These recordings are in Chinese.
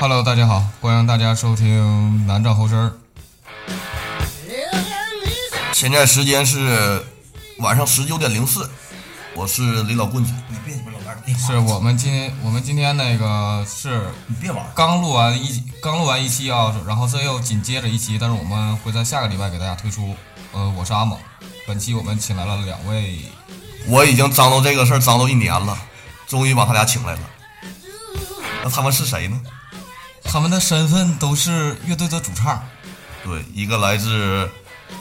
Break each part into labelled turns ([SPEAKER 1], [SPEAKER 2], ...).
[SPEAKER 1] Hello，大家好，欢迎大家收听《南诏后身儿》。
[SPEAKER 2] 现在时间是晚上十九点零四，我是李老棍子。
[SPEAKER 3] 你别你们老玩电话，
[SPEAKER 1] 是我们今天我们今天那个是
[SPEAKER 3] 你别玩。
[SPEAKER 1] 刚录完一刚录完一期啊，然后这又紧接着一期，但是我们会在下个礼拜给大家推出。呃，我是阿猛，本期我们请来了两位，
[SPEAKER 2] 我已经张罗这个事儿张罗一年了，终于把他俩请来了。那他们是谁呢？
[SPEAKER 1] 他们的身份都是乐队的主唱，
[SPEAKER 2] 对，一个来自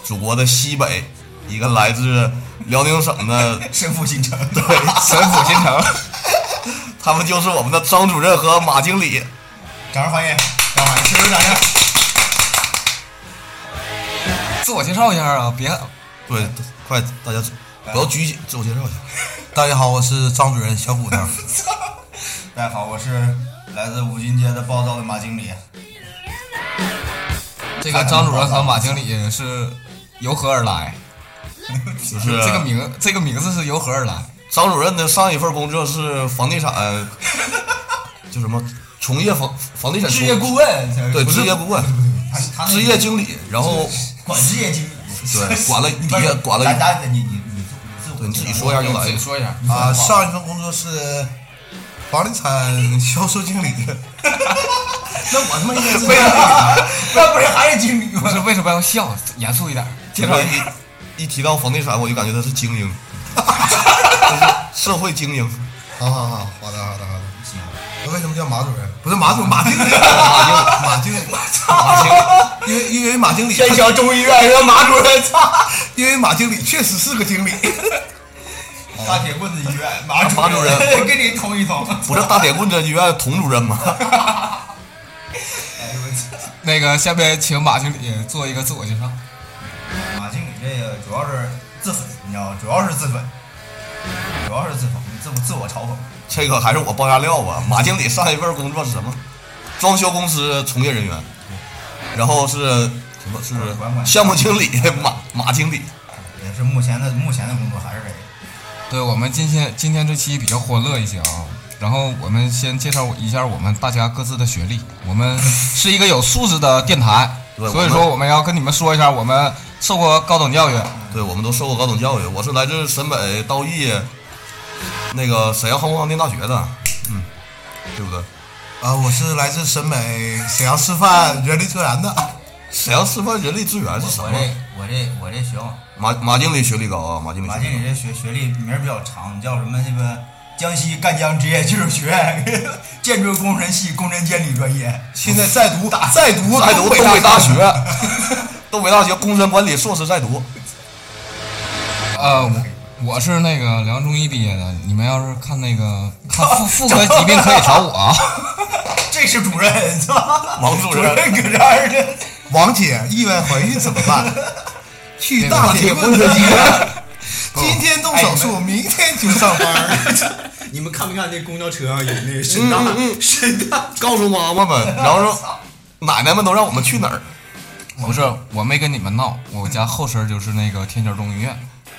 [SPEAKER 2] 祖国的西北，一个来自辽宁省 的
[SPEAKER 3] 身负新城，
[SPEAKER 2] 对
[SPEAKER 1] 神府新城。
[SPEAKER 2] 他们就是我们的张主任和马经理。
[SPEAKER 3] 掌声欢迎，掌声欢迎，是不是掌声？
[SPEAKER 1] 自我介绍一下啊，别
[SPEAKER 2] 对，快大家不要拘谨，自我介绍一下。
[SPEAKER 3] 大家好，我是张主任小虎头。大家好，我是来自五金街的暴躁的马经理。
[SPEAKER 1] 这个张主任和马经理是由何而来？
[SPEAKER 2] 就是啊
[SPEAKER 1] 这
[SPEAKER 4] 啊
[SPEAKER 1] 个名这个名字是由何而来？
[SPEAKER 2] 张主任的上一份工作是房地产，就什么从业房房地产从
[SPEAKER 3] 问
[SPEAKER 2] 对，职业
[SPEAKER 3] 问，
[SPEAKER 2] 顾问，
[SPEAKER 3] 他
[SPEAKER 2] 职业经理，然后
[SPEAKER 3] 管职业经理，
[SPEAKER 2] 对 管了
[SPEAKER 3] 你不是
[SPEAKER 2] 底下管了
[SPEAKER 3] 咱咱你你你自我
[SPEAKER 2] 对你自己说一下就来
[SPEAKER 1] 自己说一下。
[SPEAKER 4] 啊，上一份工作是房地产销售 经理，啊
[SPEAKER 3] 那我他妈应该是那不是还是经理
[SPEAKER 1] 不
[SPEAKER 3] 吗？
[SPEAKER 1] 是为什么要笑？严肃一点，介绍一下。
[SPEAKER 2] 我一一提到房地产，我就感觉他是精 英，他是社会精英。
[SPEAKER 4] 好好好，好的好的好的，行。为什么叫马主任？不是马主任，马经理，马经理，马经理，因为因为马经理，
[SPEAKER 3] 小中医院让马主 任操，
[SPEAKER 4] 因为马经理确实是个经理，
[SPEAKER 3] 大铁棍子医院马
[SPEAKER 2] 马主任
[SPEAKER 3] 给你通一通。
[SPEAKER 2] 不是大铁棍子医院童主任吗？
[SPEAKER 3] 哎呦我操！
[SPEAKER 1] 那个，下面请马经理做一个自我介绍。
[SPEAKER 3] 马经理这个主要是自损，你知道吗？主要是自损，主要是自讽，自我自我嘲讽。
[SPEAKER 2] 这个还是我爆下料吧。马经理上一份工作是什么？装修公司从业人员，然后是什么？是
[SPEAKER 3] 管管
[SPEAKER 2] 项目经理马马经理。
[SPEAKER 3] 也是目前的目前的工作还是这个，
[SPEAKER 1] 对我们今天今天这期比较欢乐一些啊。然后我们先介绍一下我们大家各自的学历。我们是一个有素质的电台，
[SPEAKER 2] 对
[SPEAKER 1] 所以
[SPEAKER 2] 我
[SPEAKER 1] 说
[SPEAKER 2] 们
[SPEAKER 1] 我们要跟你们说一下，我们受过高等教育。
[SPEAKER 2] 对，我们都受过高等教育。我是来自沈北道义那个沈阳航空航天大学的，嗯，对不对？
[SPEAKER 4] 啊，我是来自沈北沈阳师范人力资源的，
[SPEAKER 2] 沈阳师范人力资源是什
[SPEAKER 3] 我
[SPEAKER 2] 么？
[SPEAKER 3] 这我这我这学问，
[SPEAKER 2] 马马经理学历高啊，马经理
[SPEAKER 3] 马
[SPEAKER 2] 学
[SPEAKER 3] 经
[SPEAKER 2] 历
[SPEAKER 3] 理
[SPEAKER 2] 高。
[SPEAKER 3] 这学学历名儿比较长，叫什么那个江西赣江职业技术学院建筑工程系工程监理专业，
[SPEAKER 4] 现在在读在读
[SPEAKER 2] 在读
[SPEAKER 4] 北
[SPEAKER 2] 东北大学， 东北大学工商管理硕士在读。
[SPEAKER 1] 呃，我我是那个辽中医毕业的，你们要是看那 个看妇妇科疾病可以找我啊。
[SPEAKER 3] 这是主任是 吧？
[SPEAKER 2] 王主任
[SPEAKER 3] 任搁这儿呢。
[SPEAKER 4] 王姐意外怀孕怎么办？去大铁棍子医
[SPEAKER 3] 啊
[SPEAKER 4] 院， 今天
[SPEAKER 3] 哎
[SPEAKER 4] 动手术，明天就上班。 嗯
[SPEAKER 5] 你们看没看那公交
[SPEAKER 3] 啊
[SPEAKER 5] 车上有那个深大深大？
[SPEAKER 2] 告诉妈妈们，然后 说奶奶们都让我们去哪儿？
[SPEAKER 1] 不是，我没跟你们闹，我家后身就是那个天桥中医院。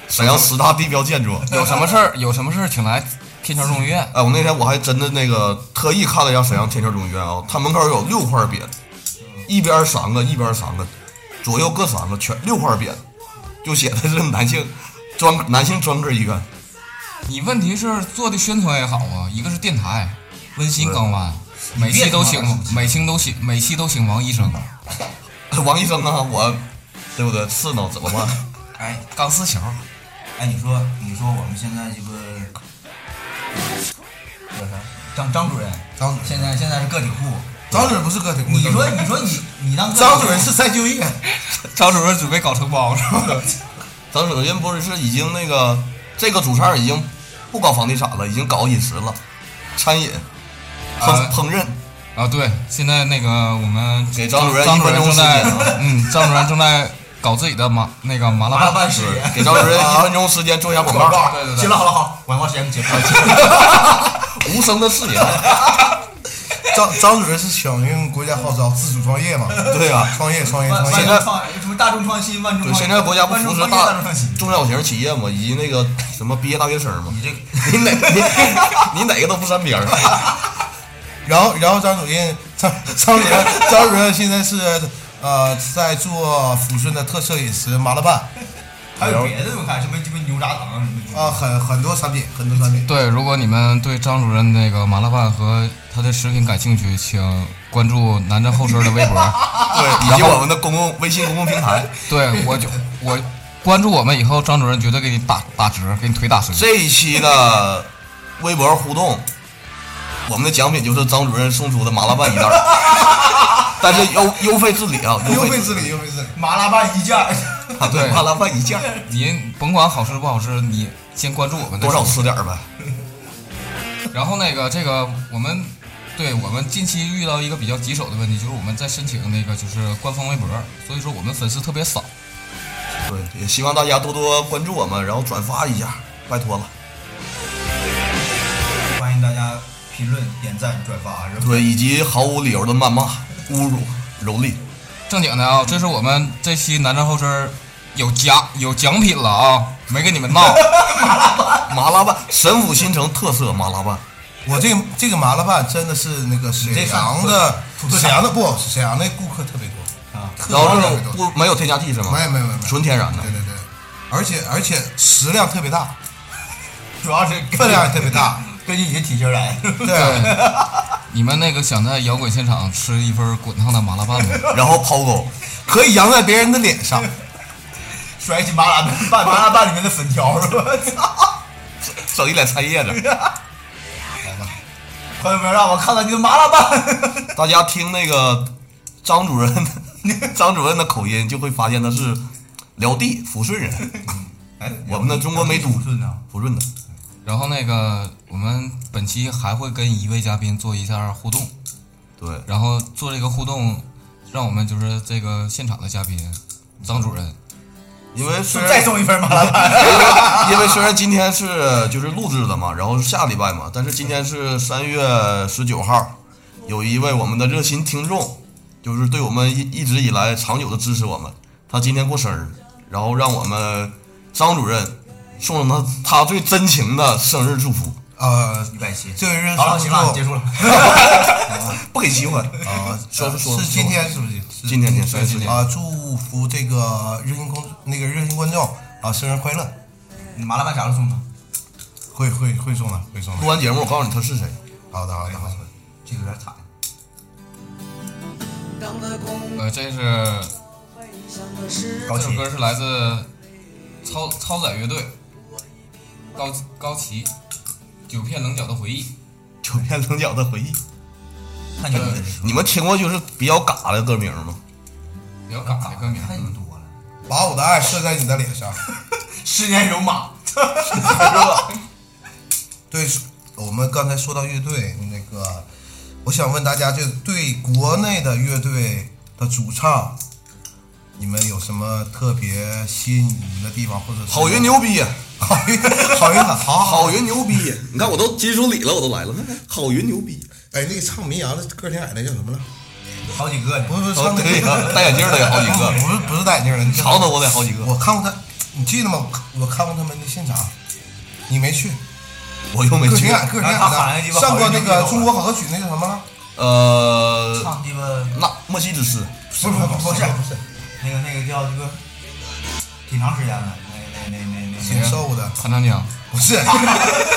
[SPEAKER 2] 沈阳十大地标建 筑。
[SPEAKER 1] 有什么事儿？有 什么事儿，请来天桥中医院。
[SPEAKER 2] 哎，我那天我还真的那个特意看了一下沈阳天桥中医院啊，它门口有六块匾，一边三个，一边三个，左右各三个，全六块匾，就写的是男性专男性专科医院。
[SPEAKER 1] 你问题是做的宣传也好啊，一个是电台，温馨港湾，每期都请
[SPEAKER 3] 你别他妈，
[SPEAKER 1] 每期都请，每期都请王医生，
[SPEAKER 2] 王医生啊，我对不对？是呢，怎么 办？
[SPEAKER 3] 哎
[SPEAKER 1] 钢丝球，
[SPEAKER 3] 哎，你说你说我们现在这个叫啥？张张主任，
[SPEAKER 4] 张主任
[SPEAKER 3] 现在现在是个体户。
[SPEAKER 4] 张主任不是个体工，
[SPEAKER 3] 你说你说你你当个体户
[SPEAKER 4] 张主任是再就业，
[SPEAKER 1] 张主任准备搞承包是吧？
[SPEAKER 2] 张主任不是已经那个这个主唱已经不搞房地产了，已经搞饮食了，餐饮、烹、
[SPEAKER 1] 啊
[SPEAKER 2] 烹饪。
[SPEAKER 1] 啊，对，现在那个我们
[SPEAKER 2] 给张主任
[SPEAKER 1] 张主任
[SPEAKER 2] 一分
[SPEAKER 1] 正
[SPEAKER 2] 钟
[SPEAKER 1] 在
[SPEAKER 2] 时间啊，
[SPEAKER 1] 嗯，张主任正在搞自己的麻那个麻辣
[SPEAKER 3] 麻辣
[SPEAKER 1] 拌
[SPEAKER 3] 拌事业，
[SPEAKER 2] 给张 主任一分钟时间做一下广
[SPEAKER 3] 广 告
[SPEAKER 2] 告，
[SPEAKER 1] 对对对
[SPEAKER 3] 行了，好了，好，广告时间结束了。
[SPEAKER 2] 无声的誓言。
[SPEAKER 4] 张张主任是响应国家号召自主创业嘛？
[SPEAKER 2] 对呀、
[SPEAKER 4] 创业创业
[SPEAKER 3] 万
[SPEAKER 4] 创
[SPEAKER 3] 万
[SPEAKER 2] 现
[SPEAKER 4] 业，
[SPEAKER 2] 在
[SPEAKER 3] 众创什么大众创新，万众
[SPEAKER 2] 对，
[SPEAKER 3] 创
[SPEAKER 2] 现在国家不
[SPEAKER 3] 万
[SPEAKER 2] 扶
[SPEAKER 3] 众创
[SPEAKER 2] 持
[SPEAKER 3] 业大众
[SPEAKER 2] 大
[SPEAKER 3] 创新。
[SPEAKER 2] 中小型企业嘛，以及那个什么毕业大学生嘛，
[SPEAKER 3] 你这个
[SPEAKER 2] 你哪你你哪个都不沾边儿。
[SPEAKER 4] 然后然后张主任张张主任，张主任现在是呃在做抚顺的特摄影师麻辣拌
[SPEAKER 3] 还有别的我看什么什么牛轧糖什么的
[SPEAKER 4] 啊，很很多产品，很多产品。
[SPEAKER 1] 对，如果你们对张主任那个麻辣拌和他的食品感兴趣，请关注南站后身的微博。
[SPEAKER 2] 对，以及我们的公共微信公共平台，
[SPEAKER 1] 对我就我关注我们以后，张主任绝对给你打打折，给你腿打折。
[SPEAKER 2] 这一期的微博互动，我们的奖品就是张主任送出的麻辣拌一袋儿， 但是优优惠自理啊，
[SPEAKER 4] 优
[SPEAKER 2] 惠
[SPEAKER 4] 惠自理，优惠自理。
[SPEAKER 3] 麻辣拌一件儿，
[SPEAKER 2] 啊，对，
[SPEAKER 1] 对
[SPEAKER 2] 麻辣拌一件儿，
[SPEAKER 1] 您甭管好吃不好吃，你先关注我们的
[SPEAKER 2] 多少吃点儿呗。
[SPEAKER 1] 然后那个这个我们，对我们近期遇到一个比较棘手的问题，就是我们在申请那个就是官方微博，所以说我们粉丝特别少。
[SPEAKER 2] 对，也希望大家多多关注我们，然后转发一下，拜托了。
[SPEAKER 3] 欢迎大家评论、点赞、转发，是吧？
[SPEAKER 2] 对，以及毫无理由的谩骂、侮辱、蹂躏。
[SPEAKER 1] 正经的啊、这是我们这期南站后身儿有奖有奖品了啊，没跟你们 闹。
[SPEAKER 2] 麻辣拌，神府新城特色麻辣拌，
[SPEAKER 4] 我这个这个麻辣拌真的是那个沈阳的，沈阳的不，沈阳的顾客特别多
[SPEAKER 3] 啊
[SPEAKER 4] 特
[SPEAKER 2] 然后这
[SPEAKER 4] 别
[SPEAKER 2] 种
[SPEAKER 4] 多。
[SPEAKER 2] 不没有添加剂是吗？
[SPEAKER 4] 没有没有没有，
[SPEAKER 2] 纯天然的
[SPEAKER 4] 对。对对，而且而且食量特别大，
[SPEAKER 3] 主要是
[SPEAKER 4] 分量也特别大。
[SPEAKER 3] 根据你的体型来。
[SPEAKER 4] 对，
[SPEAKER 1] 你们那个想在摇滚现场吃一份滚烫的麻辣拌吗？
[SPEAKER 2] 然后抛 钩，
[SPEAKER 4] 可以扬在别人的脸上。
[SPEAKER 3] 甩起麻辣拌麻辣拌里面的粉条是吧？操！
[SPEAKER 2] 整一脸菜叶子。
[SPEAKER 3] 朋友们，让我看看你的麻辣拌。
[SPEAKER 2] 大家听那个张主任的 张主任的口音，就会发现他是辽地抚顺人，
[SPEAKER 3] 哎，
[SPEAKER 2] 我们的中国美都
[SPEAKER 3] 抚顺呢？
[SPEAKER 2] 抚顺的。
[SPEAKER 1] 然后那个我们本期还会跟一位嘉宾做一下互动，
[SPEAKER 2] 对，
[SPEAKER 1] 然后做这个互动，让我们就是这个现场的嘉宾张主任，
[SPEAKER 2] 因为虽然
[SPEAKER 3] 再送一份麻辣拌。
[SPEAKER 2] 因为虽然今天是就是录制的嘛，然后是下礼拜嘛，但是今天是三月十九号，有一位我们的热心听众，就是对我们一一直以来长久的支持我们，他今天过生日，然后让我们张主任送上他他最真情的生日祝福，
[SPEAKER 4] 呃，
[SPEAKER 3] 一百七。哦
[SPEAKER 4] 这个人
[SPEAKER 3] 好了，行了，结
[SPEAKER 4] 束
[SPEAKER 3] 束了。
[SPEAKER 2] 不给机会
[SPEAKER 4] 啊，
[SPEAKER 2] 说
[SPEAKER 4] 是
[SPEAKER 2] 说
[SPEAKER 4] 是今天是不是？是
[SPEAKER 2] 今天今天三月十九
[SPEAKER 4] 啊，祝福这个热心公那个热心观众啊，生日快乐！
[SPEAKER 3] 你麻辣拌啥时候送的？
[SPEAKER 4] 会会会送的，会送的
[SPEAKER 2] 录。完节目我告诉你他是谁，
[SPEAKER 4] 好的好的好的。
[SPEAKER 3] 这个有点惨。
[SPEAKER 6] 当了工
[SPEAKER 1] 呃，这是
[SPEAKER 6] 会上的时
[SPEAKER 1] 这首歌是来自超超载乐队高高旗《九片棱角的回忆》。
[SPEAKER 2] 九片棱角的回忆，
[SPEAKER 3] 看你们
[SPEAKER 2] 你们听过就是比较嘎的歌名吗？
[SPEAKER 1] 比较尬的歌名，
[SPEAKER 3] 太多了。
[SPEAKER 4] 把我的爱射在你的脸上。
[SPEAKER 3] 十年有马。
[SPEAKER 4] 对，我们刚才说到乐队，那个我想问大家，就对国内的乐队的主唱，你们有什么特别吸引你们的地方，或者是
[SPEAKER 2] 郝云 牛逼啊呀，
[SPEAKER 4] 好运好 运好好
[SPEAKER 2] 郝云牛逼呀，你看我都金属里了，我都来了，郝云牛逼。
[SPEAKER 4] 哎，那个唱民谣的歌挺矮的叫什么了？
[SPEAKER 3] 好几个呢。
[SPEAKER 4] 不是不是
[SPEAKER 2] 哦
[SPEAKER 4] 唱那
[SPEAKER 2] 对呀
[SPEAKER 4] 个，
[SPEAKER 2] 戴眼镜的有好几个，
[SPEAKER 4] 不是不是戴眼镜的，你
[SPEAKER 2] 长头发的好几个。
[SPEAKER 4] 我看过他，你记得吗？我我看过他们的现场，你没去，
[SPEAKER 2] 我又没
[SPEAKER 4] 个
[SPEAKER 2] 去
[SPEAKER 4] 挺。矮，个挺
[SPEAKER 3] 然后他喊了
[SPEAKER 4] 矮
[SPEAKER 3] 一句
[SPEAKER 4] 的，上过那
[SPEAKER 3] 好运
[SPEAKER 4] 个
[SPEAKER 3] 牛逼
[SPEAKER 4] 中国好歌曲那个什么了？
[SPEAKER 2] 呃，
[SPEAKER 3] 唱鸡巴
[SPEAKER 2] 那莫西之师，
[SPEAKER 4] 不是不是不是不是，
[SPEAKER 3] 那个那个叫这个，挺长时间了。那那那那那
[SPEAKER 4] 挺瘦的，
[SPEAKER 1] 潘长江，
[SPEAKER 4] 不是。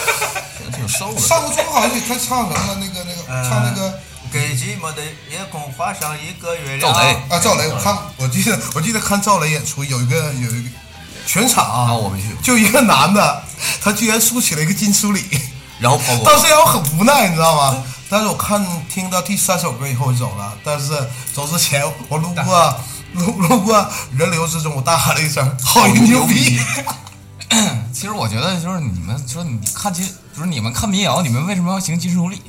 [SPEAKER 2] 挺瘦的。
[SPEAKER 4] 上过中国好像去，他唱什么了？那个那个
[SPEAKER 2] 嗯
[SPEAKER 3] 呃
[SPEAKER 4] 唱那个
[SPEAKER 3] 给寂寞的夜空画上一个月亮。
[SPEAKER 2] 赵雷
[SPEAKER 4] 啊，赵雷，我看我记得我记得看赵雷演出，有一个有一个全场
[SPEAKER 2] 啊，
[SPEAKER 4] 啊，
[SPEAKER 2] 我没去，
[SPEAKER 4] 就一个男的，他居然梳起了一个金梳理，
[SPEAKER 2] 然后跑
[SPEAKER 4] 当
[SPEAKER 2] 过。
[SPEAKER 4] 时让我很无奈，你知道吗？但是我看听到第三首歌以后我就走了，但是走之前我路过路路过人流之中，我大喊了一声“好
[SPEAKER 2] 哦牛
[SPEAKER 4] 牛逼
[SPEAKER 2] 逼！”
[SPEAKER 1] 其实我觉得就是你们说你看金，不是你们看民谣，你们为什么要行金属力？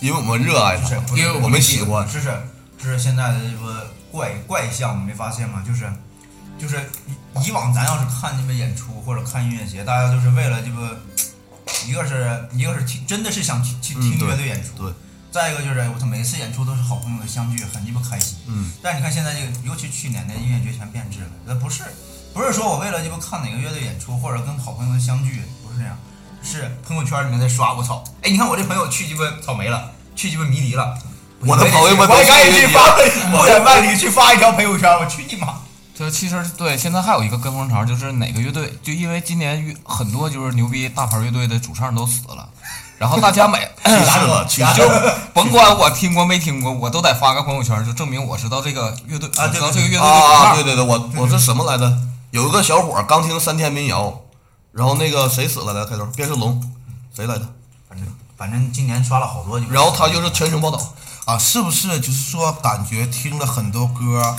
[SPEAKER 2] 因为我们热爱他，
[SPEAKER 3] 不是
[SPEAKER 2] 因为我们喜欢。
[SPEAKER 3] 这是这是现在的这个怪怪象，你没发现吗？就是就是以以往咱要是看这个演出或者看音乐节，大家就是为了这个，一个是一个是听真的是想去去
[SPEAKER 2] 嗯
[SPEAKER 3] 听
[SPEAKER 2] 对
[SPEAKER 3] 乐队演出，
[SPEAKER 2] 对
[SPEAKER 3] 再一个就是我操，每次演出都是好朋友的相聚，很鸡巴开心。
[SPEAKER 2] 嗯，
[SPEAKER 3] 但是你看现在这个，尤其去年的音乐节全变质了。那不是，不是说我为了鸡巴看哪个乐队演出或者跟好朋友的相聚，不是这样，是朋友圈里面在刷我操，哎，你看我这朋友去鸡巴草莓了，去鸡巴迷笛了，
[SPEAKER 2] 我的朋友们都
[SPEAKER 3] 我也赶
[SPEAKER 2] 谢谢
[SPEAKER 3] 紧去
[SPEAKER 2] 你
[SPEAKER 3] 发
[SPEAKER 2] 了。，
[SPEAKER 3] 不远万里去发一条朋友圈，我去你妈！
[SPEAKER 1] 就其实对，现在还有一个跟风潮，就是哪个乐队，就因为今年乐很多就是牛逼大牌乐队的主唱都死了，然后大家 每
[SPEAKER 2] 世了去世
[SPEAKER 1] 就 甭管我听过没听过，我都得发个朋友圈，就证明我知道这个乐队，我知道这个乐队的主
[SPEAKER 2] 啊，
[SPEAKER 1] 唱。
[SPEAKER 2] 对对对，我我这什么来着？有一个小伙儿刚听三天民谣，然后那个谁死了来开头，变色龙，谁来着？
[SPEAKER 3] 反正反正今年刷了好多，
[SPEAKER 2] 然后他就是全程报道，
[SPEAKER 4] 啊，是不是就是说感觉听了很多歌，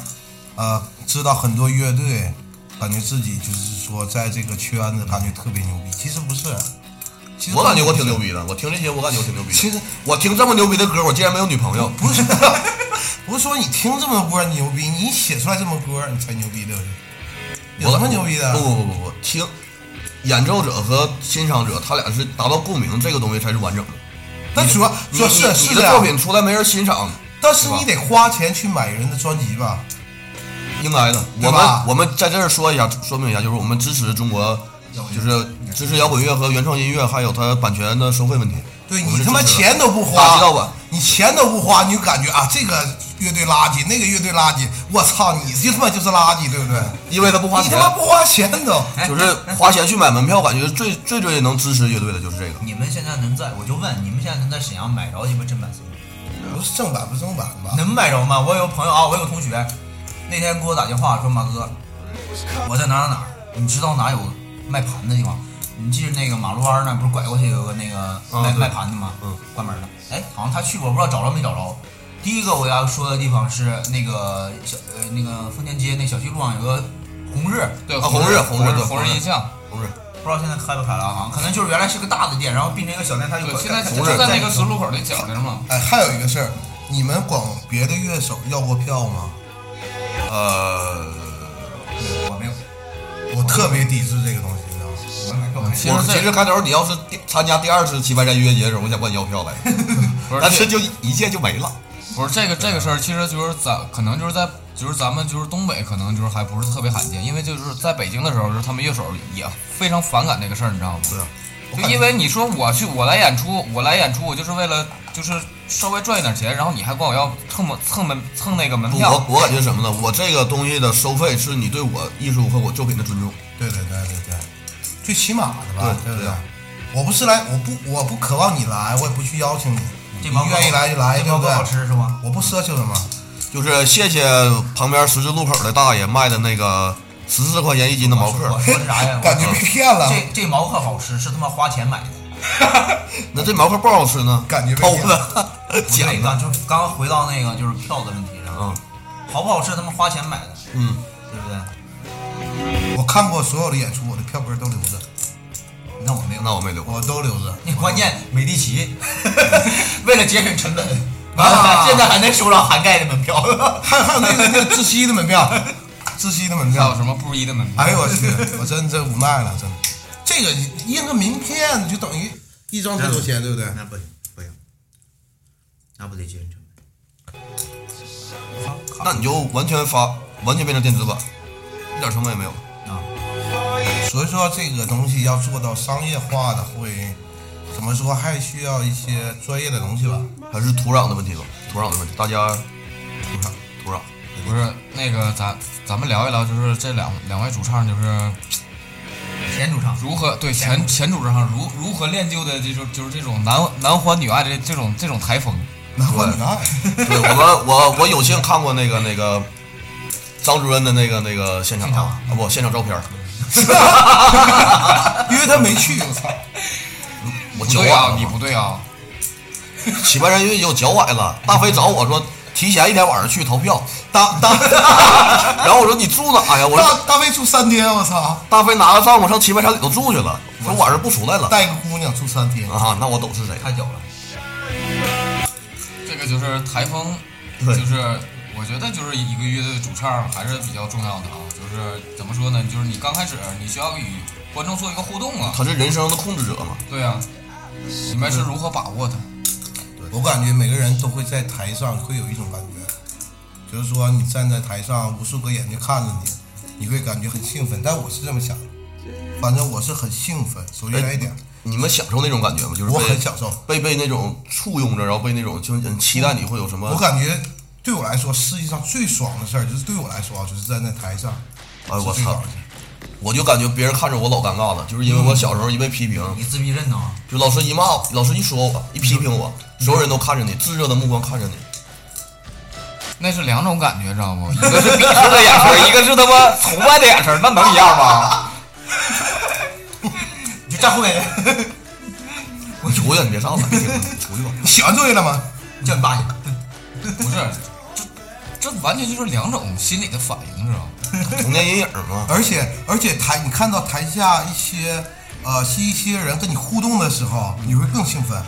[SPEAKER 4] 呃，知道很多乐队，感觉自己就是说在这个圈子感觉特别牛逼？其实不是，其实
[SPEAKER 2] 我感觉我挺牛逼的，我听这些我感觉我挺牛逼的。
[SPEAKER 4] 其实
[SPEAKER 2] 我听这么牛逼的歌，我竟然没有女朋友，
[SPEAKER 4] 不是， 不是说你听这么多歌你牛逼，你写出来这么歌你才牛逼，对不对？有
[SPEAKER 2] 我
[SPEAKER 4] 什么牛逼的？
[SPEAKER 2] 不不不不不，听演奏者和欣赏者，他俩是达到共鸣，这个东西才是完整的。
[SPEAKER 4] 但主要
[SPEAKER 2] 你
[SPEAKER 4] 主要是
[SPEAKER 2] 你
[SPEAKER 4] 是
[SPEAKER 2] 你
[SPEAKER 4] 这
[SPEAKER 2] 的作
[SPEAKER 4] 样，
[SPEAKER 2] 品出来没人欣赏，
[SPEAKER 4] 但是你得花钱去买人的专辑吧？
[SPEAKER 2] 应该的。
[SPEAKER 4] 对
[SPEAKER 2] 我
[SPEAKER 4] 吧
[SPEAKER 2] 们我们在这儿说一下，说明一下，就是我们支持中国，就是支持摇滚乐和原创音乐，还有它版权的收费问题。
[SPEAKER 4] 对
[SPEAKER 2] 我们
[SPEAKER 4] 你
[SPEAKER 2] 是
[SPEAKER 4] 他妈
[SPEAKER 2] 支持的
[SPEAKER 4] 钱都不
[SPEAKER 2] 大家
[SPEAKER 4] 花，
[SPEAKER 2] 知道吧？
[SPEAKER 4] 你钱都不花，你就感觉啊，这个乐队垃圾，那个乐队垃圾，我操，你就他妈就是垃圾，对不对？
[SPEAKER 2] 因为他不花
[SPEAKER 4] 你
[SPEAKER 2] 钱
[SPEAKER 4] 他，妈不花钱都，哎
[SPEAKER 2] 就是花钱去买门票，感觉最最最能支持乐队的就是这个。
[SPEAKER 3] 你们现在能在，我就问你们现在能在沈阳买着鸡巴正版 CD
[SPEAKER 4] 不是正版不正版吧？
[SPEAKER 3] 能买着吗？我有朋友啊，我有同学，那天给我打电话说马哥，我在哪儿哪儿哪儿，你知道哪有卖盘的地方？你记得那个马路湾那儿不是拐过去有个那个卖、
[SPEAKER 2] 对
[SPEAKER 3] 卖盘的吗？
[SPEAKER 2] 嗯，
[SPEAKER 3] 关门了。哎，好像他去过，我不知道找着没找着。第一个我要说的地方是那个小呃那个丰田街那小区路上有个红日，哦
[SPEAKER 1] 对，
[SPEAKER 2] 啊红日红日
[SPEAKER 1] 日
[SPEAKER 2] 对
[SPEAKER 1] 红
[SPEAKER 2] 红日
[SPEAKER 1] 音像，
[SPEAKER 2] 不是，
[SPEAKER 3] 不知道现在开不开了啊？可能就是原来是个大的店，然后变成一个小店，他就
[SPEAKER 1] 对，
[SPEAKER 3] 可
[SPEAKER 1] 现在
[SPEAKER 3] 可
[SPEAKER 1] 就
[SPEAKER 2] 日
[SPEAKER 1] 在那个十字路口那角上嘛。
[SPEAKER 4] 哎，还有一个事儿，你们管别的乐手要过票吗？
[SPEAKER 2] 呃，
[SPEAKER 3] 我没有，
[SPEAKER 4] 我特别抵制这个东西，你知道吗？
[SPEAKER 3] 我没有，我没有。
[SPEAKER 1] 其实
[SPEAKER 2] 我其
[SPEAKER 1] 这
[SPEAKER 2] 实开头你要是第参加第二次棋牌山音乐节的时候，我想管你要票 来，
[SPEAKER 1] 不是
[SPEAKER 2] 但是就一届就没了。
[SPEAKER 1] 不是这个这个事儿，其实就是咱可能就是在就是咱们就是东北，可能就是还不是特别罕见，因为就是在北京的时候，就是他们乐手也非常反感这个事儿，你知道吗？
[SPEAKER 2] 啊
[SPEAKER 1] 就因为你说我去我来演出，我来演出，我就是为了就是稍微赚一点钱，然后你还管我要蹭门蹭门蹭那个门
[SPEAKER 2] 不
[SPEAKER 1] 票
[SPEAKER 2] 我，我感觉什么呢？我这个东西的收费是你对我艺术和我作品的尊重。
[SPEAKER 4] 对对对对对，最起码的吧，
[SPEAKER 2] 啊对
[SPEAKER 4] 对不
[SPEAKER 2] 对
[SPEAKER 4] 对？我不是来，我不我不渴望你来，我也不去邀请你，
[SPEAKER 3] 这
[SPEAKER 4] 你
[SPEAKER 3] 毛不好
[SPEAKER 4] 愿意来就来，
[SPEAKER 3] 这
[SPEAKER 4] 对
[SPEAKER 3] 毛
[SPEAKER 4] 不
[SPEAKER 3] 不
[SPEAKER 4] 对？
[SPEAKER 3] 好吃是吗？
[SPEAKER 4] 我不奢求什么，？
[SPEAKER 2] 就是谢谢旁边十字路口的大爷卖的那个十四块钱一斤的毛
[SPEAKER 3] 我
[SPEAKER 2] 克，
[SPEAKER 3] 说啥呀
[SPEAKER 4] 感觉被骗了，
[SPEAKER 3] 这这毛可好吃，是他妈花钱买的。
[SPEAKER 2] 那这毛克不好吃呢，
[SPEAKER 4] 感觉被
[SPEAKER 2] 偷
[SPEAKER 4] 骗
[SPEAKER 2] 的，
[SPEAKER 3] 不
[SPEAKER 2] 假
[SPEAKER 3] 对，
[SPEAKER 2] 的。
[SPEAKER 3] 刚就是刚刚回到那个就是票的问题上，
[SPEAKER 2] 嗯
[SPEAKER 3] 好不好吃他妈花钱买的，
[SPEAKER 2] 嗯，
[SPEAKER 3] 对不对？
[SPEAKER 4] 我看过所有的演出，我的票根都留着，
[SPEAKER 3] 那我没有。
[SPEAKER 2] 那我没留。
[SPEAKER 4] 我都留着。
[SPEAKER 3] 那关键美第奇，为了节省成本，完
[SPEAKER 4] 啊
[SPEAKER 3] 了现在还能收到涵盖的门票。
[SPEAKER 4] 还有还有那个那个窒息的门票，窒息的门
[SPEAKER 1] 还有
[SPEAKER 4] 票，
[SPEAKER 1] 什么布衣的门票。
[SPEAKER 4] 哎呦我去，我真真无奈了，真的。这个印个名片就等于一张特 殊钱，对不对？
[SPEAKER 5] 那不行不行，那不得节省成本。
[SPEAKER 2] 那你就完全发，完全变成电子版，一点成本也没有。
[SPEAKER 3] 啊
[SPEAKER 4] 所以说这个东西要做到商业化的会。怎么说还需要一些专业的东西吧？
[SPEAKER 2] 还是土壤的问题吧，土壤的问题，大家土壤土壤。
[SPEAKER 1] 不是那个咱咱们聊一聊，就是这两两位主唱就是
[SPEAKER 3] 前主唱，
[SPEAKER 1] 如何对前前主唱如如何练就的这种就是这种男男欢女爱的这种这种台风。
[SPEAKER 4] 难怪你爱，
[SPEAKER 2] 对我们，我我有幸看过那个那个张主任的那个那个现场啊，啊不，现场照片儿，
[SPEAKER 4] 因为他没去，我操！
[SPEAKER 1] 不
[SPEAKER 2] 我脚
[SPEAKER 1] 对啊，
[SPEAKER 2] 崴
[SPEAKER 1] 你
[SPEAKER 2] 了。
[SPEAKER 1] 不对啊，
[SPEAKER 2] 棋牌人也有脚崴了，大飞找我说提前一天晚上去投票，大大， 然后我说你住哪呀？我
[SPEAKER 4] 大
[SPEAKER 2] 说
[SPEAKER 4] 大卫住三天，我操！
[SPEAKER 2] 大飞拿个帐篷上棋牌山里头住去了，说晚上不出来了。
[SPEAKER 4] 带个姑娘住三天，
[SPEAKER 2] 啊，那我懂是谁了。
[SPEAKER 3] 太屌了。
[SPEAKER 1] 这个就是台风，
[SPEAKER 2] 对
[SPEAKER 1] 就是我觉得就是一个乐队主唱还是比较重要的啊。就是怎么说呢？就是你刚开始你需要与观众做一个互动啊。
[SPEAKER 2] 他是人生的控制者嘛？
[SPEAKER 1] 对啊，你们是如何把握它？
[SPEAKER 4] 我感觉每个人都会在台上会有一种感觉，就是说你站在台上，无数个眼睛看着你，你会感觉很兴奋。但我是这么想的，反正我是很兴奋。首先一点，
[SPEAKER 2] 你们享受那种感觉吗？就是被
[SPEAKER 4] 我很享受
[SPEAKER 2] 被被那种簇拥着，然后被那种就是很期待你会有什么。
[SPEAKER 4] 我感觉对我来说，世界上最爽的事儿，就是对我来说啊，就是站在台上，
[SPEAKER 2] 哎我
[SPEAKER 4] 是最
[SPEAKER 2] 操
[SPEAKER 4] 爽的事儿
[SPEAKER 2] 我就感觉别人看着我老尴尬了，就是因为我小时候一被批评，
[SPEAKER 3] 你自闭症呢？
[SPEAKER 2] 就老师一骂我，老师一说我，一批评我，所有人都看着你，炙热的目光看着你。
[SPEAKER 1] 那是两种感觉，知道 不？一个是鄙视的眼神，一个是他妈崇拜的眼神，那能一样吗？
[SPEAKER 3] 你就站后面，
[SPEAKER 2] 我出去，你别上 了，别听了出去吧。
[SPEAKER 4] 你喜欢这个了吗？
[SPEAKER 3] 叫你爸去。
[SPEAKER 1] 不是，这这完全就是两种心理的反应，知道吗？
[SPEAKER 2] 童年阴影嘛，
[SPEAKER 4] 而且而且台你看到台下一些呃一些人跟你互动的时候，你会更兴奋。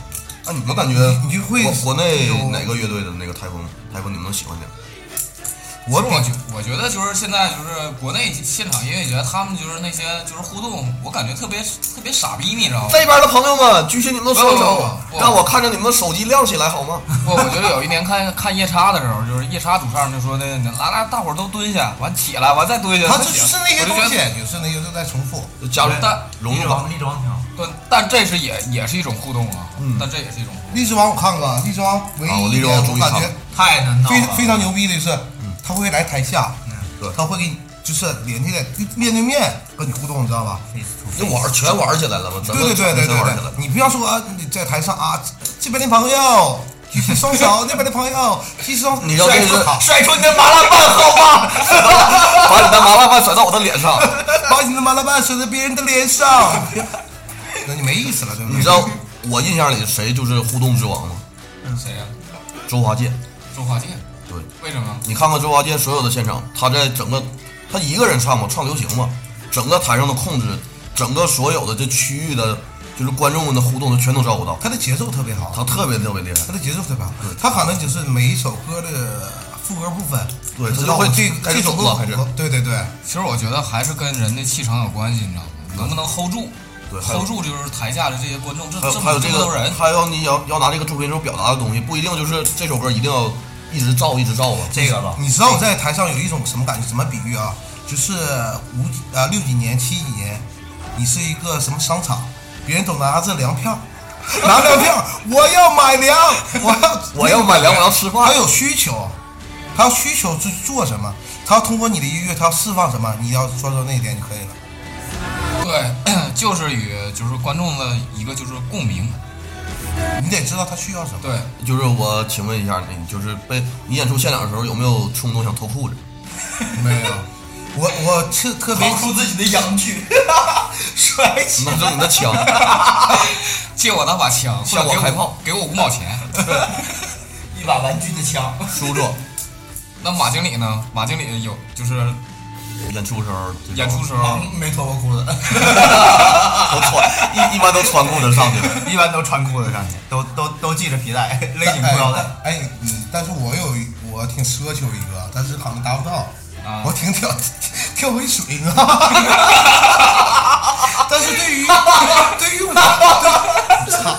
[SPEAKER 2] 那你们感觉
[SPEAKER 4] 你就会
[SPEAKER 2] 国国内
[SPEAKER 4] 有
[SPEAKER 2] 哪个乐队的那个台风台风你们能喜欢点？
[SPEAKER 4] 我
[SPEAKER 1] 我
[SPEAKER 4] 比
[SPEAKER 1] 觉我觉得就是现在就是国内现场音乐节，他们就是那些就是互动，我感觉特别特别傻逼，你知道吗？
[SPEAKER 2] 这边的朋友们，举起你们的双手
[SPEAKER 1] 不不不，不
[SPEAKER 2] 让我看着你们的手机亮起来好吗？
[SPEAKER 1] 我我觉得有一年看看夜叉的时候，就是夜叉主唱就说的，来来，大伙儿都蹲下，完起来，完再蹲下。
[SPEAKER 4] 他
[SPEAKER 1] 再
[SPEAKER 4] 啊就
[SPEAKER 1] 起来
[SPEAKER 4] 是那些东
[SPEAKER 1] 我就
[SPEAKER 4] 西
[SPEAKER 1] 觉得，
[SPEAKER 4] 就是那些都在重复。
[SPEAKER 2] 就 加入
[SPEAKER 1] 但
[SPEAKER 2] 融入吧
[SPEAKER 3] 王，。李志王挺好。
[SPEAKER 1] 对，但这是也也是一种互动啊，
[SPEAKER 4] 嗯
[SPEAKER 1] 但这也是一种互动。
[SPEAKER 4] 荔枝王我看过，荔枝王唯
[SPEAKER 2] 啊我
[SPEAKER 4] 一
[SPEAKER 2] 荔
[SPEAKER 4] 一
[SPEAKER 2] 枝王
[SPEAKER 4] 点
[SPEAKER 2] 终
[SPEAKER 4] 我
[SPEAKER 2] 于
[SPEAKER 4] 感
[SPEAKER 2] 看
[SPEAKER 4] 觉
[SPEAKER 2] 了嗯
[SPEAKER 3] 太难
[SPEAKER 4] 非非常牛逼的是，他会来台下
[SPEAKER 2] 对，
[SPEAKER 4] 他会给你就是连起来面对面跟你互动，你知道吧？
[SPEAKER 2] 你玩全玩起来了嘛？咱们
[SPEAKER 4] 对对对
[SPEAKER 2] 全
[SPEAKER 4] 对对
[SPEAKER 2] 玩起来
[SPEAKER 4] 对，你不要说啊，你在台上啊，这边的朋友举起双手，那边的朋友举起双手，
[SPEAKER 2] 你要这个
[SPEAKER 4] 好，
[SPEAKER 2] 甩出你的麻辣拌，好吧？ 把你的麻辣拌甩到我的脸上。
[SPEAKER 4] 把你的麻辣拌甩在别人的脸上，那你没意思了，对不对？
[SPEAKER 2] 你知道我印象里谁就是互动之王吗？
[SPEAKER 4] 嗯
[SPEAKER 1] 谁呀、
[SPEAKER 2] 周华健。
[SPEAKER 1] 周华健。
[SPEAKER 2] 对，
[SPEAKER 1] 为什么？
[SPEAKER 2] 你看看周华健所有的现场，他在整个他一个人唱嘛，唱流行嘛，整个台上的控制，整个所有的这区域的，就是观众们的互动，他全都照顾到，
[SPEAKER 4] 他的节奏特别好，
[SPEAKER 2] 他特别特别厉害。
[SPEAKER 4] 他的节奏特别好，他可能就是每一首歌的副歌部分，
[SPEAKER 2] 对
[SPEAKER 4] 知
[SPEAKER 2] 他就
[SPEAKER 4] 道
[SPEAKER 2] 会
[SPEAKER 4] 我这
[SPEAKER 2] 开始
[SPEAKER 4] 这首
[SPEAKER 2] 走了
[SPEAKER 4] 歌
[SPEAKER 2] 开始
[SPEAKER 4] 我对对对，
[SPEAKER 1] 其实我觉得还是跟人的气场有关系，你知道吗？能不能 hold 住
[SPEAKER 2] 对还有
[SPEAKER 1] ？hold 住就是台下的这些观众，这
[SPEAKER 2] 还有
[SPEAKER 1] 这
[SPEAKER 2] 还有
[SPEAKER 1] 么
[SPEAKER 2] 这
[SPEAKER 1] 这么多
[SPEAKER 2] 个
[SPEAKER 1] 人，，
[SPEAKER 2] 还有你要要拿这个作品中表达的东西，不一定就是这首歌一定要一直造一直造吧。
[SPEAKER 3] 这个吧，
[SPEAKER 4] 你知道我在台上有一种什么感觉？什么比喻啊？就是五几呃六几年、七几年，你是一个什么商场，别人都拿着粮票，拿粮票，我要买粮，我要
[SPEAKER 2] 我要买粮，我要吃
[SPEAKER 4] 他
[SPEAKER 2] 饭。
[SPEAKER 4] 有需求，他有需求去做什么？他要通过你的音乐，他要释放什么？你要说说那一点就可以了。
[SPEAKER 1] 对， 就是与就是观众的一个就是共鸣，
[SPEAKER 4] 你得知道他需要什么。
[SPEAKER 1] 对，
[SPEAKER 2] 就是我请问一下你，就是被你演出现场的时候有没有冲动想脱裤子？
[SPEAKER 4] 没有，我我特特别
[SPEAKER 3] 掏出自己的阳具，甩起
[SPEAKER 2] 那就是你的枪，
[SPEAKER 1] 借我那把枪，
[SPEAKER 2] 向我
[SPEAKER 1] 或者给
[SPEAKER 2] 开炮，
[SPEAKER 1] 给我五毛 钱。
[SPEAKER 3] 一把玩具的枪。
[SPEAKER 2] 叔叔
[SPEAKER 1] 那马经理呢？马经理有就是
[SPEAKER 2] 演出时候这种
[SPEAKER 1] 演 出时候，
[SPEAKER 3] 没脱过裤子，
[SPEAKER 2] 都穿一一般都穿裤子上去了。
[SPEAKER 3] 一般都穿裤子上去，都都都系着皮带，勒紧裤腰带。
[SPEAKER 4] 哎，嗯，但是我有一我挺奢求一个，但是好像达不到。
[SPEAKER 1] 啊
[SPEAKER 4] 我挺跳跳回水啊。 但是对于对于我，对操，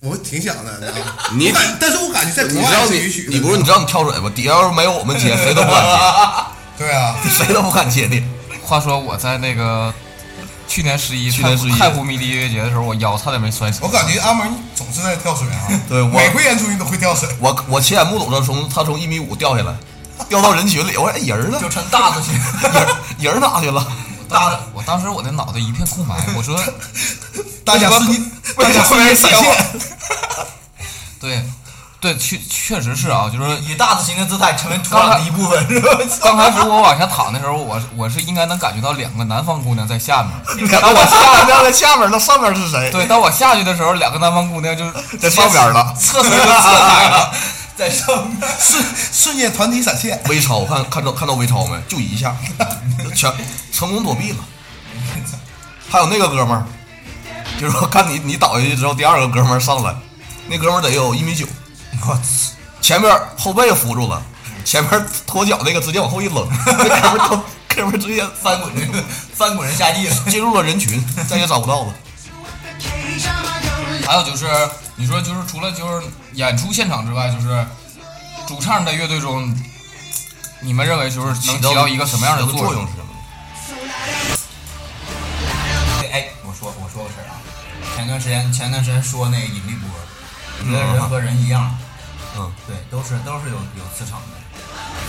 [SPEAKER 4] 我挺想的。你知道吗
[SPEAKER 2] 你
[SPEAKER 4] 我感，但是我感觉在
[SPEAKER 2] 你
[SPEAKER 4] 国
[SPEAKER 2] 知
[SPEAKER 4] 外
[SPEAKER 2] 道
[SPEAKER 4] 是
[SPEAKER 2] 你
[SPEAKER 4] 允许的。
[SPEAKER 2] 你不是你知道你跳水吗？底下要是没有我们接，谁都不敢
[SPEAKER 4] 对啊，
[SPEAKER 2] 接，谁都不敢 接你。
[SPEAKER 1] 话说我在那个去年十一
[SPEAKER 2] 去
[SPEAKER 1] 太
[SPEAKER 2] 年
[SPEAKER 1] 湖
[SPEAKER 2] 11
[SPEAKER 1] 太湖迷笛音乐节的时候，我腰差点没摔死。
[SPEAKER 4] 我感觉阿门你总是在跳水啊。
[SPEAKER 2] 对我
[SPEAKER 4] 每回演出你都会跳水。
[SPEAKER 2] 我我亲眼目睹着从他从一米五掉下来，掉到人群里，我说哎人儿呢？
[SPEAKER 3] 就穿大的去，
[SPEAKER 2] 人儿哪去了？
[SPEAKER 1] 当时 我当时我的脑袋一片空白，我说
[SPEAKER 4] 大家是你，大家是
[SPEAKER 1] 为
[SPEAKER 4] 你
[SPEAKER 1] 什
[SPEAKER 4] 闪
[SPEAKER 1] 么
[SPEAKER 4] 现。
[SPEAKER 1] 对对，确确实是啊，就是
[SPEAKER 3] 以大字形的姿态成为土壤的一部分，是吧？
[SPEAKER 1] 刚开始我往下躺的时候，我是我是应该能感觉到两个南方姑娘在下面。当我下
[SPEAKER 2] 掉在下面，那上面是谁？
[SPEAKER 1] 对，当我下去的时候，两个南方姑娘就是
[SPEAKER 2] 在上边了。
[SPEAKER 1] 侧身就侧开了。
[SPEAKER 3] 在上面，
[SPEAKER 4] 瞬瞬间团体闪现，
[SPEAKER 2] 微超看看到看到微超没？就一下， 全成功躲避了。还有那个哥们儿，就是我看你你倒下去之后，第二个哥们儿上来，那哥们儿得有一米九，
[SPEAKER 4] 我操！
[SPEAKER 2] 前面后背扶住了，前面脱脚那个直接往后一扔，那哥们儿都哥们儿直接
[SPEAKER 3] 翻滚着，翻滚着下地了。
[SPEAKER 2] 进入了人群，再也找不到了。
[SPEAKER 1] 还有就是，你说就是除了就是演出现场之外，就是主唱在乐队中，你们认为就是能起到一个什么样的
[SPEAKER 2] 起到作
[SPEAKER 1] 作用
[SPEAKER 2] 是？什么？
[SPEAKER 3] 哎，我说我说个事儿啊，前段时间前段时间说那个引力波，我觉得人和人一样，
[SPEAKER 2] 嗯，
[SPEAKER 3] 对，都是都是有有磁场的。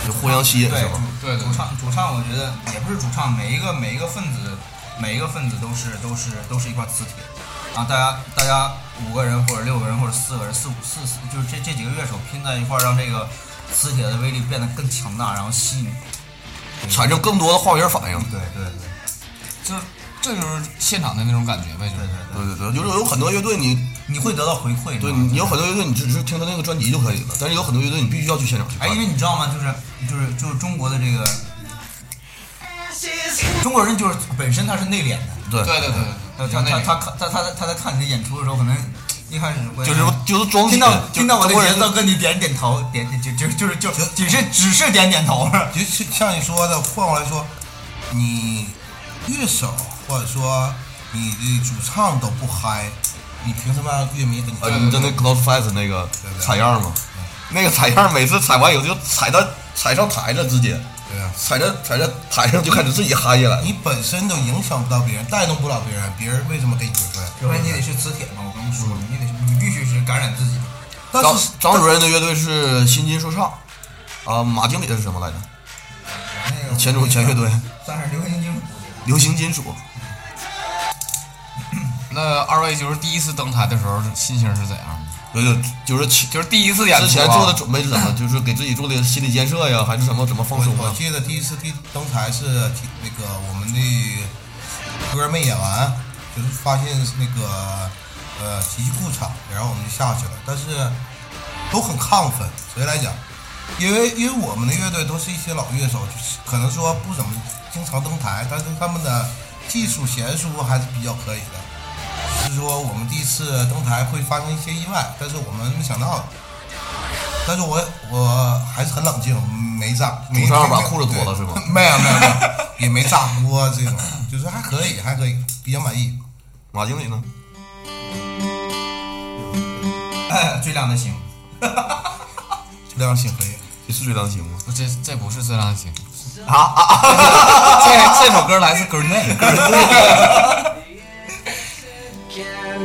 [SPEAKER 2] 就互相吸引
[SPEAKER 3] 对
[SPEAKER 2] 是
[SPEAKER 3] 主
[SPEAKER 2] 吧？
[SPEAKER 1] 对对
[SPEAKER 3] 主唱主唱，我觉得也不是主唱，每一个每一个分子，每一个分子都是都是都是一块磁铁。啊，大家大家五个人或者六个人或者四个人四五四四，就是这这几个乐手拼在一块儿，让这个磁铁的威力变得更强大，然后吸引。
[SPEAKER 2] 产生更多的化学反应。
[SPEAKER 3] 对对对
[SPEAKER 1] 就是这就是现场的那种感觉呗，就
[SPEAKER 3] 对
[SPEAKER 1] 是。
[SPEAKER 3] 对对，
[SPEAKER 2] 对对对，就是有很多乐队你，
[SPEAKER 3] 你会得到回馈。
[SPEAKER 2] 对
[SPEAKER 3] 知道吗
[SPEAKER 2] 你有很多乐队你只是听他那个专辑就可以了，但是有很多乐队你必须要去现场去
[SPEAKER 3] 哎，
[SPEAKER 2] 看。
[SPEAKER 3] 因为你知道吗？就是就是就是中国的这个中国人就是本身他是内敛的，
[SPEAKER 2] 对
[SPEAKER 1] 对对对
[SPEAKER 3] 他
[SPEAKER 1] 对，
[SPEAKER 3] 他
[SPEAKER 1] 那
[SPEAKER 3] 他
[SPEAKER 1] 个
[SPEAKER 3] 他看他他在他在看你的演出的时候，可能一开始会
[SPEAKER 2] 就是就是装
[SPEAKER 3] 听
[SPEAKER 2] 逼
[SPEAKER 3] 到
[SPEAKER 2] 就
[SPEAKER 3] 听到我的
[SPEAKER 2] 中国人
[SPEAKER 3] 节奏，跟你点点头，点点就就就是就只是只是点点头，
[SPEAKER 4] 就像你说的，换过来说，你乐手或者说你的主唱都不嗨，你凭什么让乐迷跟你？
[SPEAKER 2] 呃，你知道那 Close Fest 那个采样吗？那个采样每次采完以后就踩到踩上台了，直接
[SPEAKER 4] 对啊，
[SPEAKER 2] 踩着踩着台上就开始自己嗨起来了。
[SPEAKER 3] 嗯
[SPEAKER 4] 你本身都影响不到别人，带动不了别人，别人为什么给你回馈？
[SPEAKER 3] 因为你得是磁铁嘛，我跟你说了，你得你必须是感染自己。
[SPEAKER 4] 但
[SPEAKER 2] 张
[SPEAKER 4] 是
[SPEAKER 2] 张主任的乐队是新金说唱，啊，马经理的是什么来着？
[SPEAKER 3] 那个
[SPEAKER 2] 前主前乐
[SPEAKER 3] 啊
[SPEAKER 2] 队
[SPEAKER 3] 算是流行金属，
[SPEAKER 2] 流行金属。
[SPEAKER 1] 那二位就是第一次登台的时候心情是怎样的？
[SPEAKER 2] 对对，就是前
[SPEAKER 1] 就是第一次演出、啊、
[SPEAKER 2] 之前做的准备是怎么？就是给自己做的心理建设呀，还是什么怎么放
[SPEAKER 4] 我
[SPEAKER 2] 松
[SPEAKER 4] 我
[SPEAKER 2] 啊？
[SPEAKER 4] 记得第一次第登台是听那个我们的歌没演完，就是发现是那个呃奇迹故场，然后我们就下去了，但是都很亢奋。谁来讲？因为因为我们的乐队都是一些老乐手，就是可能说不怎么经常登台，但是他们的技术娴熟还是比较可以的。是说我们第一次登台会发生一些意外，但是我们没想到。但是我我还是很冷静，没炸。没
[SPEAKER 2] 主唱把裤子脱了是吗？
[SPEAKER 4] 没有没有没有，也没炸锅这种，就是还可以，还可以，比较满意。
[SPEAKER 2] 马经理呢？
[SPEAKER 3] 最亮的星。
[SPEAKER 4] 这样行可以。
[SPEAKER 2] 你是追良心吗？
[SPEAKER 1] 不这这不是《色狼星》
[SPEAKER 2] 啊啊！
[SPEAKER 1] 这这首歌来自 Green Day。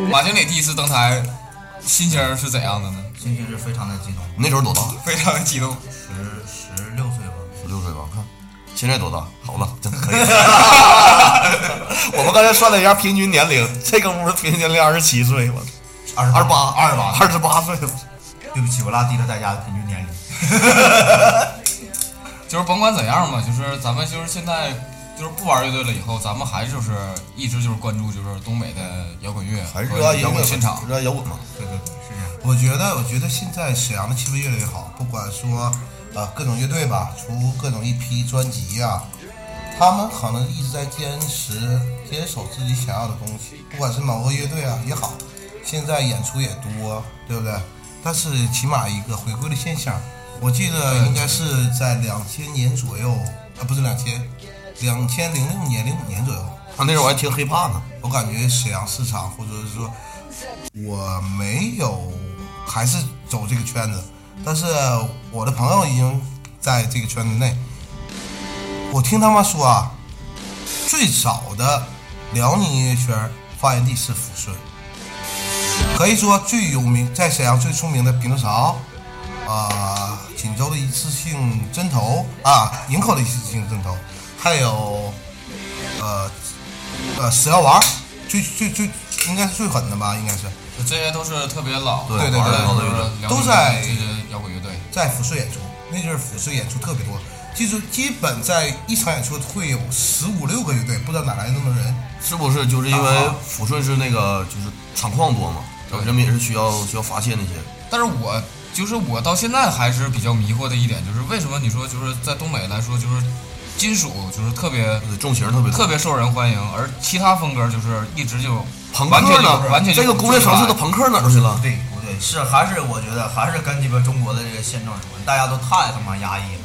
[SPEAKER 1] 马经理第一次登台，心情是怎样的呢？
[SPEAKER 3] 心情是非常的激动，
[SPEAKER 2] 那时候多大？
[SPEAKER 1] 非常的激动。
[SPEAKER 3] 十十六岁吧，
[SPEAKER 2] 十六岁吧，看现在多大？好了，真可以。 我们刚才算了一下平均年龄，这个屋平均年龄二十七岁，我
[SPEAKER 3] 二十
[SPEAKER 2] 二八
[SPEAKER 3] 二十八，
[SPEAKER 2] 二十八岁，
[SPEAKER 3] 对不起，我拉低了大家的平均年龄。
[SPEAKER 1] 就是甭管怎样嘛，就是咱们就是现在就是不玩乐队了，以后咱们还就是一直就是关注就是东北的摇滚乐
[SPEAKER 2] 还是
[SPEAKER 1] 和
[SPEAKER 2] 热爱
[SPEAKER 1] 摇
[SPEAKER 2] 嗯摇
[SPEAKER 1] 滚
[SPEAKER 2] 滚
[SPEAKER 1] 现场。
[SPEAKER 2] 热爱摇滚嘛。
[SPEAKER 3] 对对对，是这样。
[SPEAKER 4] 我觉得，我觉得现在沈阳的气氛越来越好，不管说呃各种乐队吧，出各种一批专辑呀、他们可能一直在坚持坚守自己想要的东西，不管是某个乐队啊也好，现在演出也多，对不对？但是起码一个回归的现象，我记得应该是在两千年左右，啊不是两千，两千零六年零五年左右，
[SPEAKER 2] 啊，那时候我还听黑怕呢。
[SPEAKER 4] 我感觉沈阳市场，或者是说我没有，还是走这个圈子，但是我的朋友已经在这个圈子内。我听他们说啊，最早的辽宁音乐圈发源地是抚顺，可以说最有名，在沈阳最出名的平头勺，啊、锦州的一次性针头啊，营口的一次性针头，还有呃呃，食药王，最最最应该是最狠的吧，应该是
[SPEAKER 1] 就这些都是特别老，
[SPEAKER 2] 对
[SPEAKER 1] 玩
[SPEAKER 4] 对对
[SPEAKER 1] 的
[SPEAKER 2] 对
[SPEAKER 1] 就是
[SPEAKER 4] 对
[SPEAKER 1] 辽宁
[SPEAKER 4] 都在
[SPEAKER 1] 这些摇滚乐队。
[SPEAKER 4] 在抚顺演出，那阵儿抚顺演出特别多，就是基本在一场演出会有十五六个乐队，不知道哪来那么多人。
[SPEAKER 2] 是不是就是因为抚顺是那个就是厂矿多嘛，然后人民也是需要需要发泄那些。
[SPEAKER 1] 但是我就是我到现在还是比较迷惑的一点，就是为什么你说就是在东北来说就是金属就是特别
[SPEAKER 2] 对重型特别多
[SPEAKER 1] 特别受人欢迎，而其他风格就是一直就
[SPEAKER 2] 朋
[SPEAKER 1] 完全
[SPEAKER 2] 克
[SPEAKER 1] 就
[SPEAKER 2] 呢？
[SPEAKER 1] 完全就
[SPEAKER 2] 这个工业城市的朋克哪儿去了？
[SPEAKER 3] 对不对？是还是我觉得还是跟鸡巴中国的这个现状有关，大家都太他妈压抑了，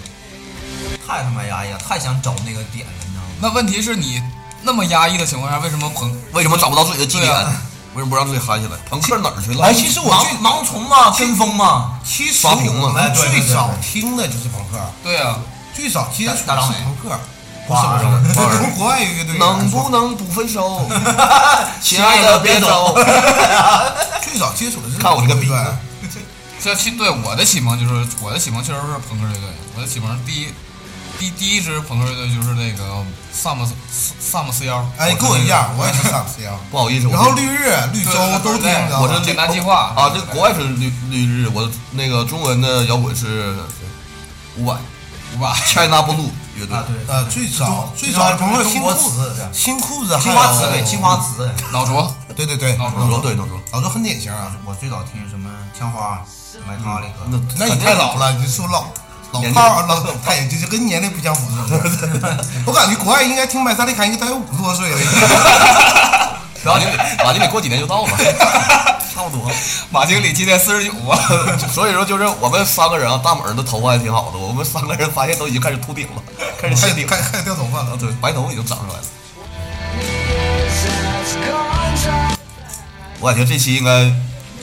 [SPEAKER 3] 太他妈压抑了，太想找那个点了，你知道吗？
[SPEAKER 1] 那问题是你那么压抑的情况下，为什么朋
[SPEAKER 2] 为什么找不到自己的基点
[SPEAKER 1] 对啊？
[SPEAKER 2] 为什么不让自己嗨起来？朋克哪儿去了？
[SPEAKER 4] 哎，其实我最
[SPEAKER 3] 盲盲从嘛，跟风嘛，
[SPEAKER 4] 其实
[SPEAKER 2] 刷屏
[SPEAKER 4] 我
[SPEAKER 2] 嘛
[SPEAKER 4] 们
[SPEAKER 3] 哎对对对
[SPEAKER 4] 最
[SPEAKER 3] 对
[SPEAKER 4] 早听的就是朋克，
[SPEAKER 1] 对啊？
[SPEAKER 4] 最早接触
[SPEAKER 3] 大
[SPEAKER 4] 的
[SPEAKER 3] 大张
[SPEAKER 4] 是
[SPEAKER 3] 伟
[SPEAKER 4] 朋克，
[SPEAKER 2] 不手上
[SPEAKER 4] 这
[SPEAKER 2] 玩
[SPEAKER 4] 从
[SPEAKER 2] 儿，
[SPEAKER 4] 国外乐队
[SPEAKER 2] 能不能不分手？亲爱的别走。
[SPEAKER 4] 最早接触的是
[SPEAKER 2] 看我这个鼻子
[SPEAKER 4] 对
[SPEAKER 1] 这其对我的启蒙就是我的启蒙确实是朋克乐队，我的启蒙第一第第一支朋克乐队就是那个萨姆斯萨姆斯幺，
[SPEAKER 4] 哎，跟我一样，我也是上 C L。
[SPEAKER 2] 不好意思，我
[SPEAKER 4] 然后绿日、绿洲
[SPEAKER 1] 对对对
[SPEAKER 4] 都听
[SPEAKER 1] 对
[SPEAKER 4] 着，
[SPEAKER 2] 我这
[SPEAKER 1] 简单
[SPEAKER 2] 绿
[SPEAKER 1] 计划
[SPEAKER 2] 啊，这国外是绿绿日，我那个中文的摇滚是五百
[SPEAKER 1] 五百
[SPEAKER 2] China Blue 乐队
[SPEAKER 3] 啊，，对，
[SPEAKER 4] 呃最早最早
[SPEAKER 3] 中
[SPEAKER 4] 朋
[SPEAKER 3] 国
[SPEAKER 4] 友
[SPEAKER 3] 中
[SPEAKER 4] 新
[SPEAKER 3] 国
[SPEAKER 4] 裤
[SPEAKER 3] 词
[SPEAKER 4] 子，新裤子，
[SPEAKER 3] 青
[SPEAKER 4] 还
[SPEAKER 3] 花瓷对，
[SPEAKER 4] 有
[SPEAKER 3] 青花瓷。
[SPEAKER 1] 脑浊，
[SPEAKER 4] 对对对，
[SPEAKER 1] 脑浊
[SPEAKER 2] 能说对能说，
[SPEAKER 4] 老周很典型啊。
[SPEAKER 3] 我最早听什么枪花、买它里
[SPEAKER 2] 那
[SPEAKER 3] 克，
[SPEAKER 4] 那你
[SPEAKER 2] 肯定
[SPEAKER 4] 太老了，你是老老
[SPEAKER 2] 年纪
[SPEAKER 4] 炮儿老老太爷，就是跟年龄不相符，是不是？ 我感觉国外应该听麦萨利卡应该得有五十多岁了已经。
[SPEAKER 2] 马经理马经理过几年就到了，差不多。
[SPEAKER 1] 马经理今年四十九啊，
[SPEAKER 2] 所以说就是我们三个人啊，大猛儿的头发还挺好的，我们三个人发现都已经开始秃顶了，开始
[SPEAKER 4] 开
[SPEAKER 2] 谢
[SPEAKER 4] 始
[SPEAKER 2] 顶，
[SPEAKER 4] 开始开始掉头发了。
[SPEAKER 2] 对，白头已经长出来了。我感觉这期应该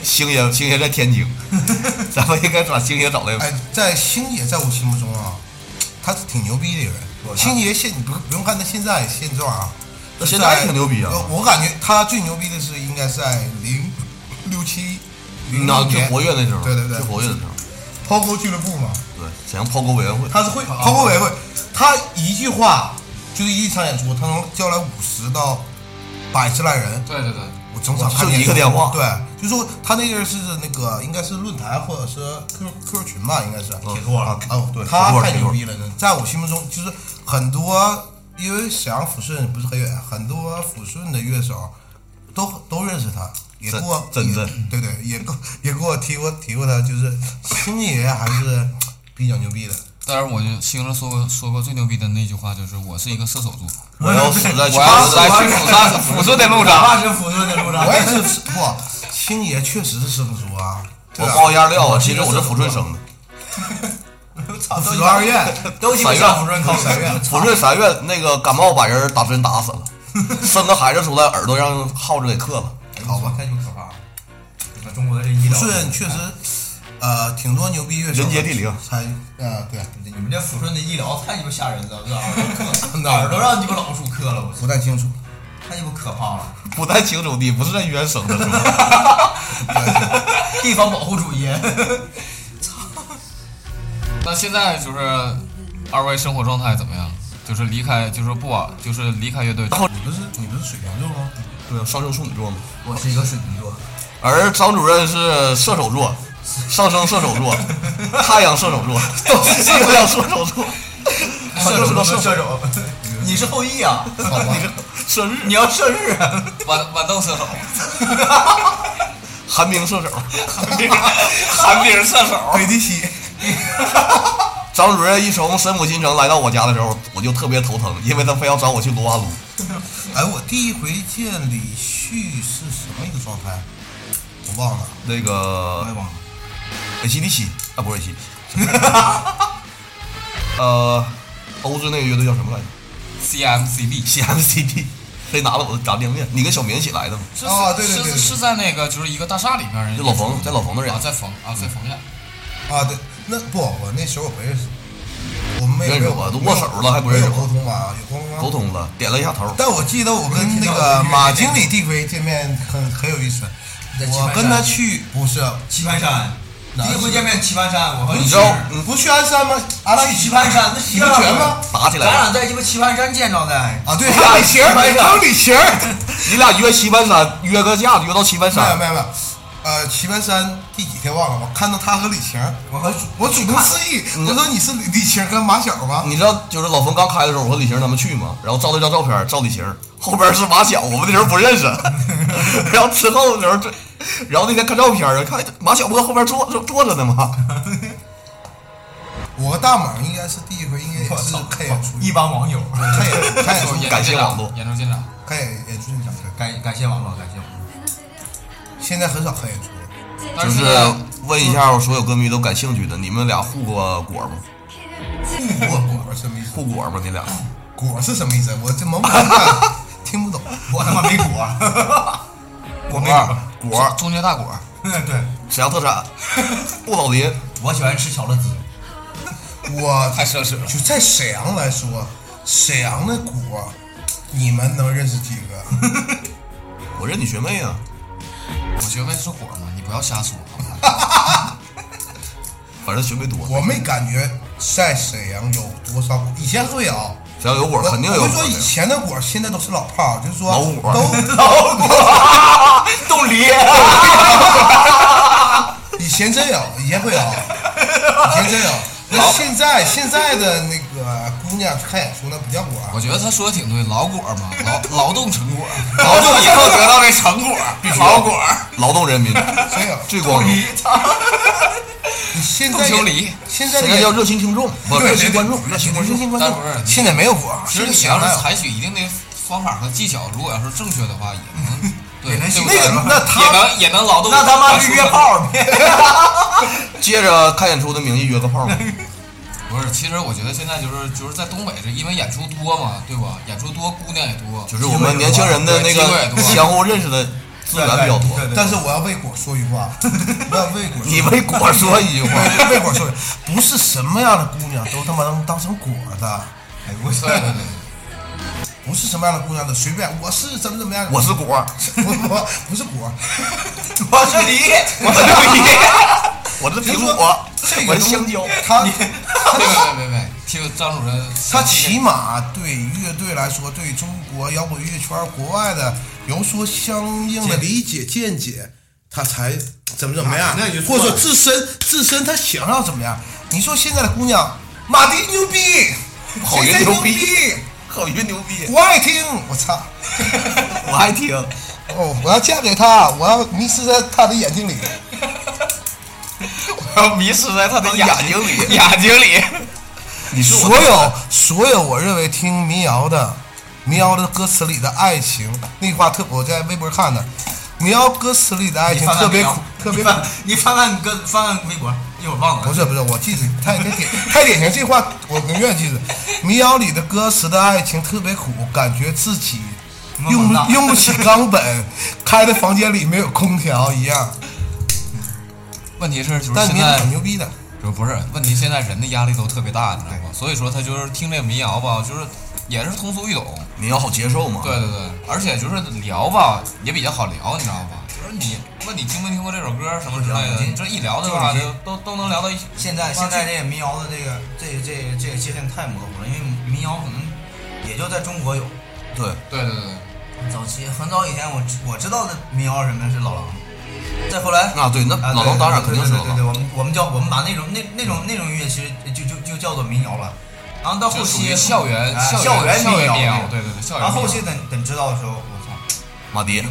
[SPEAKER 2] 星爷星爷在天津，咱们应该把星爷找来。
[SPEAKER 4] 哎，在星爷在我心目中啊，他是挺牛逼的人。星爷现你不不用看他现在现状啊，
[SPEAKER 2] 那现在挺牛逼啊
[SPEAKER 4] 呃我感觉他最牛逼的是应该在零六七零
[SPEAKER 2] 那
[SPEAKER 4] 六
[SPEAKER 2] 最
[SPEAKER 4] 年
[SPEAKER 2] 活跃那时候，
[SPEAKER 4] 对对对
[SPEAKER 2] 最活跃的时候，
[SPEAKER 4] 抛钩俱乐部嘛，
[SPEAKER 2] 对沈阳抛钩委员会，
[SPEAKER 4] 他是会抛钩委员会，他一句话就是一场演出，他能叫来五十到百十来人。
[SPEAKER 1] 对对对，
[SPEAKER 4] 我整场看
[SPEAKER 2] 就一个电话
[SPEAKER 4] 对，就说他那阵是那个应该是论坛或者是 Q Q 群吧，应该是
[SPEAKER 2] 嗯
[SPEAKER 4] 铁座啊，哦对，
[SPEAKER 2] 铁
[SPEAKER 4] 他
[SPEAKER 2] 座
[SPEAKER 4] 太
[SPEAKER 2] 铁
[SPEAKER 4] 牛
[SPEAKER 2] 座
[SPEAKER 4] 逼了，真的在我心目中就是很多，因为沈阳抚顺不是很远，很多抚顺的乐手都都认识他，也给我
[SPEAKER 2] 真
[SPEAKER 4] 也
[SPEAKER 2] 真的
[SPEAKER 4] 对对，也给我也给我提过提过他，就是星爷还是比较牛逼的，
[SPEAKER 1] 但是我就星哥说过说过最牛逼的那句话就是我是一个射手座，
[SPEAKER 2] 我要死在
[SPEAKER 1] 我要死在
[SPEAKER 2] 去
[SPEAKER 1] 去釜山抚顺的路上，
[SPEAKER 3] 那是抚顺的路上
[SPEAKER 4] 我。也是不，星爷确实是生疏啊，
[SPEAKER 2] 我
[SPEAKER 4] 对啊
[SPEAKER 2] 包压料啊，其实我是抚顺生的，
[SPEAKER 3] 操，
[SPEAKER 4] 辅二院。
[SPEAKER 3] 都已经上抚顺考三院，
[SPEAKER 2] 抚顺三院那个感冒把人打针打死了，生个孩子出来耳朵让耗子给克了。
[SPEAKER 3] 好吧，太鸡巴可怕了。你看中国的这医疗，
[SPEAKER 4] 抚顺确实，呃，挺多牛逼乐手的
[SPEAKER 2] 人杰地灵
[SPEAKER 4] 参与啊，对，
[SPEAKER 3] 你们这抚顺的医疗太鸡巴吓人了，这 耳朵克，耳朵让鸡巴老鼠克了，我操，
[SPEAKER 4] 不太清楚。
[SPEAKER 3] 太鸡巴可怕了。
[SPEAKER 2] 不太清楚，你不是在医院生的是吧？
[SPEAKER 3] 地方保护主义，
[SPEAKER 1] 那现在就是二位生活状态怎么样？就是离开，就是不往，就是离开乐队，
[SPEAKER 4] 你不是你不是水瓶座吗？
[SPEAKER 2] 对啊，上升处女座嘛。
[SPEAKER 3] 我是一个水瓶座，
[SPEAKER 2] 而张主任是射手座，上升射手座，太阳射手座， 都是月亮射手座， 射手座射手，
[SPEAKER 3] 手，你是后羿啊？
[SPEAKER 2] 你是射日，
[SPEAKER 3] 你要射日啊？
[SPEAKER 1] 豌豌豆射手，
[SPEAKER 2] 寒冰射手，
[SPEAKER 1] 寒冰射 手，
[SPEAKER 4] 北地西，
[SPEAKER 2] 张主任一从神府新城来到我家的时候，我就特别头疼，因为他非要找我去撸啊撸。
[SPEAKER 4] 哎，我第一回见李旭是什么一个状态？我忘了，
[SPEAKER 2] 那个
[SPEAKER 4] 我也忘了。
[SPEAKER 2] ACDC 啊，不是 ACDC，呃，欧洲那个乐队叫什么来着
[SPEAKER 1] CMCB
[SPEAKER 2] ？CMCP，谁拿了我的炸酱面？你跟小明一起来的吗？
[SPEAKER 1] 是
[SPEAKER 4] 啊对对对
[SPEAKER 1] 是
[SPEAKER 4] 对
[SPEAKER 1] 是在那个就是一个大厦里面，人
[SPEAKER 2] 就老冯在老冯那儿演
[SPEAKER 1] 啊，在冯啊，在冯家，
[SPEAKER 4] 啊，对，那不，我那时候我不认识，我们没
[SPEAKER 2] 不认识
[SPEAKER 4] 没有
[SPEAKER 2] 我都握手了还不认识
[SPEAKER 4] 没有
[SPEAKER 2] 我
[SPEAKER 4] 沟通吧？有沟通吗？
[SPEAKER 2] 沟。通了，点了一下头。
[SPEAKER 4] 但我记得我跟
[SPEAKER 3] 嗯
[SPEAKER 4] 那个马经理第一回见面很很有意思，
[SPEAKER 3] 在棋盘
[SPEAKER 4] 我
[SPEAKER 3] 上
[SPEAKER 4] 跟他去不是
[SPEAKER 3] 棋盘山，第一回见面棋盘山，我和
[SPEAKER 2] 你知道
[SPEAKER 4] 你不去鞍山吗？鞍山
[SPEAKER 3] 去棋盘啊山，那
[SPEAKER 4] 你不全吗？
[SPEAKER 2] 打起来
[SPEAKER 3] 咱
[SPEAKER 2] 了
[SPEAKER 3] 俩在鸡巴棋盘山见着的，
[SPEAKER 4] 啊，对，
[SPEAKER 2] 俩
[SPEAKER 4] 李晴儿，
[SPEAKER 2] 棋盘
[SPEAKER 4] 还
[SPEAKER 2] 上
[SPEAKER 4] 有李晴儿。
[SPEAKER 2] 你俩约棋盘山，约个架，约到棋盘
[SPEAKER 4] 没有
[SPEAKER 2] 山
[SPEAKER 4] 没，有没有，呃，棋盘山第几天忘了，我看到他和李晴儿，
[SPEAKER 3] 我和
[SPEAKER 4] 我主动示意，我说你是李李晴儿跟马晓吗？
[SPEAKER 2] 你知道就是老冯刚开的时候，我和李晴他们去嘛，然后照了一张照片，照李晴，后边是马晓，我们那时候不 认识。然后之后的时候，这，然后那天看照片啊，看马晓不搁后边坐坐坐着呢吗？
[SPEAKER 4] 我和大猛应该是第一回，应该也是 看演出，
[SPEAKER 3] 一帮网友，
[SPEAKER 4] 看演看演
[SPEAKER 1] 就
[SPEAKER 4] 出
[SPEAKER 1] 演出
[SPEAKER 2] 嗯感谢
[SPEAKER 1] 现场
[SPEAKER 2] 网络
[SPEAKER 1] 演出现场。
[SPEAKER 4] 看演演出现场，对
[SPEAKER 3] 感感谢网络，感谢网络。
[SPEAKER 4] 现在很少看演出了。
[SPEAKER 1] 但
[SPEAKER 2] 就是是问一下我所有歌迷都感兴趣的，你们俩互过果吗？
[SPEAKER 4] 果果什么意思？
[SPEAKER 2] 互果吗？你 俩？
[SPEAKER 4] 果是什么意思？我这懵 懵听不懂。
[SPEAKER 3] 我他妈没果，我没
[SPEAKER 2] 果
[SPEAKER 3] 果。
[SPEAKER 2] 果，
[SPEAKER 1] 中间大果，
[SPEAKER 3] 对，
[SPEAKER 2] 沈阳特产， 不老林。
[SPEAKER 3] 我喜欢吃巧乐兹，
[SPEAKER 4] 我
[SPEAKER 1] 太奢侈了。
[SPEAKER 4] 就在沈阳来说，沈阳的鼓，啊你们能认识几个？
[SPEAKER 2] 我认你学妹啊，
[SPEAKER 1] 我学妹是火吗？你不要瞎说，好吗？
[SPEAKER 2] 反正学妹多。
[SPEAKER 4] 我没感觉在沈阳有多少鼓，以前会有。
[SPEAKER 2] 只要有果
[SPEAKER 4] 我
[SPEAKER 2] 儿，肯定有果
[SPEAKER 4] 我就说
[SPEAKER 2] 儿
[SPEAKER 4] 以
[SPEAKER 2] 的。
[SPEAKER 4] 前的果，现在都是老炮儿，就是说
[SPEAKER 2] 老啊果儿
[SPEAKER 4] 都
[SPEAKER 2] 老 果，冻梨。
[SPEAKER 4] 以前真有，以前会有，以前真有。那现在现在的那个姑娘看演出那不叫啊果儿，
[SPEAKER 1] 我觉得他说的挺对，劳果嘛，劳劳动成果，劳动以后得到的成果，劳果，
[SPEAKER 2] 劳动人民
[SPEAKER 4] 真有。
[SPEAKER 2] 最光荣，
[SPEAKER 4] 你现
[SPEAKER 1] 冻
[SPEAKER 4] 在
[SPEAKER 1] 秋
[SPEAKER 4] 也
[SPEAKER 1] 梨。
[SPEAKER 4] 现在
[SPEAKER 2] 现
[SPEAKER 4] 的
[SPEAKER 2] 在
[SPEAKER 4] 演
[SPEAKER 2] 叫热心听众，不
[SPEAKER 4] 对
[SPEAKER 2] 热
[SPEAKER 4] 对
[SPEAKER 2] 心
[SPEAKER 4] 对
[SPEAKER 2] 观众，热心观
[SPEAKER 4] 热
[SPEAKER 2] 众。
[SPEAKER 4] 心观
[SPEAKER 1] 但不是
[SPEAKER 4] 众，现在没有果儿，
[SPEAKER 1] 其实
[SPEAKER 4] 这个
[SPEAKER 1] 你
[SPEAKER 4] 时
[SPEAKER 1] 要
[SPEAKER 4] 代
[SPEAKER 1] 是采取一定的方法和技巧，如果要是正确的话，也 能对，
[SPEAKER 3] 也能
[SPEAKER 1] 对不对
[SPEAKER 3] 那个那他
[SPEAKER 1] 也能也能劳动。
[SPEAKER 3] 那他妈是约，炮的，
[SPEAKER 2] 借着看演出的名义约个炮嘛，
[SPEAKER 1] 不是？其实我觉得现在就是就是在东北是因为演出多嘛，对吧？演出多，姑娘也多，
[SPEAKER 2] 就是我们年轻人的那
[SPEAKER 1] 机会也
[SPEAKER 2] 个
[SPEAKER 1] 多
[SPEAKER 2] 相互认识的资源比较多。
[SPEAKER 3] 对对对
[SPEAKER 4] 但是我要为果说一句 话，我要为果说
[SPEAKER 2] 你为果说一句话，
[SPEAKER 4] 对为果说一句话，不是什么样的姑娘都他妈能当成果儿的，
[SPEAKER 3] 哎 我
[SPEAKER 1] 对对对。
[SPEAKER 4] 不是什么样的姑娘都随便，我是怎么怎么样，
[SPEAKER 2] 我是果儿，
[SPEAKER 4] 我我不是 果儿，
[SPEAKER 3] 我是梨，
[SPEAKER 2] 我是梨， 我是苹果，
[SPEAKER 4] 这
[SPEAKER 2] 我
[SPEAKER 4] 个
[SPEAKER 2] 是
[SPEAKER 4] 东
[SPEAKER 2] 香蕉。
[SPEAKER 4] 他
[SPEAKER 1] 别别别别，听张主任，
[SPEAKER 4] 他起码对乐队来说，对中国摇滚乐圈国外的有所相应的理解见解，他才怎么怎么样
[SPEAKER 5] 那你，
[SPEAKER 4] 或
[SPEAKER 5] 说
[SPEAKER 4] 者说自身自身他想要怎么样？你说现在的姑娘，马迪牛逼，
[SPEAKER 2] 郝
[SPEAKER 4] 谁
[SPEAKER 2] 云
[SPEAKER 4] 谁
[SPEAKER 2] 牛
[SPEAKER 4] 牛
[SPEAKER 2] 逼，好云牛 逼，
[SPEAKER 4] 我爱听，我操！
[SPEAKER 2] 我爱听。
[SPEAKER 4] 哦，我要嫁给他，我要迷失在他的眼睛里。
[SPEAKER 1] 迷失在他的
[SPEAKER 2] 眼
[SPEAKER 1] 眼
[SPEAKER 2] 睛里
[SPEAKER 1] 眼睛里。
[SPEAKER 2] 你是我
[SPEAKER 4] 所有所有我认为听民谣的，民谣的歌词里的爱情，那句话特我在微博看的，民谣歌词里的爱情特别苦，特别苦。
[SPEAKER 3] 你翻翻你哥翻翻微博，一会儿忘了
[SPEAKER 4] 不。是不是，我记得太太典太典型，这话我永远记得。民谣里的歌词的爱情特别苦，感觉自己
[SPEAKER 3] 懵懵
[SPEAKER 4] 用不
[SPEAKER 3] 的
[SPEAKER 4] 用不起冈本，开的房间里没有空调一样。
[SPEAKER 1] 问题是就是
[SPEAKER 4] 但
[SPEAKER 1] 现
[SPEAKER 4] 民谣
[SPEAKER 1] 在
[SPEAKER 4] 很牛逼的，
[SPEAKER 1] 就不是问题，现在人的压力都特别大，你知道吗？所以说他就是听这个民谣吧，就是也是通俗易懂。
[SPEAKER 2] 你要好接受嘛。
[SPEAKER 1] 对对对，而且就是聊吧也比较好聊，你知道吧？就是你问你听没听过这首歌什么之类的，你这一聊的话，
[SPEAKER 3] 就
[SPEAKER 1] 就是
[SPEAKER 3] 你
[SPEAKER 1] 都都能聊到一起。
[SPEAKER 3] 现在现在这个民谣的这个这这这个界限太模糊了，因为民谣可能也就在中国有。
[SPEAKER 2] 对，
[SPEAKER 1] 对对对，
[SPEAKER 3] 早期很早以前我知我知道的民谣是什么是老狼，再后来
[SPEAKER 2] 啊对，那
[SPEAKER 3] 啊
[SPEAKER 2] 老
[SPEAKER 3] 对
[SPEAKER 2] 狼当然
[SPEAKER 3] 对
[SPEAKER 2] 肯定是
[SPEAKER 3] 对
[SPEAKER 2] 老
[SPEAKER 3] 对对对，
[SPEAKER 2] 狼。
[SPEAKER 3] 我们我们叫我们把那种那那种那种音乐其实就就就叫做民谣了。然后到后
[SPEAKER 1] 就属于
[SPEAKER 3] 期
[SPEAKER 1] 校园
[SPEAKER 3] 啊
[SPEAKER 1] 校
[SPEAKER 3] 校
[SPEAKER 1] 园
[SPEAKER 3] 民
[SPEAKER 1] 民
[SPEAKER 3] 谣
[SPEAKER 1] 谣，，对对对，校园民谣。
[SPEAKER 3] 然后后期等等知道的时候，我操，
[SPEAKER 2] 马迪，
[SPEAKER 3] 对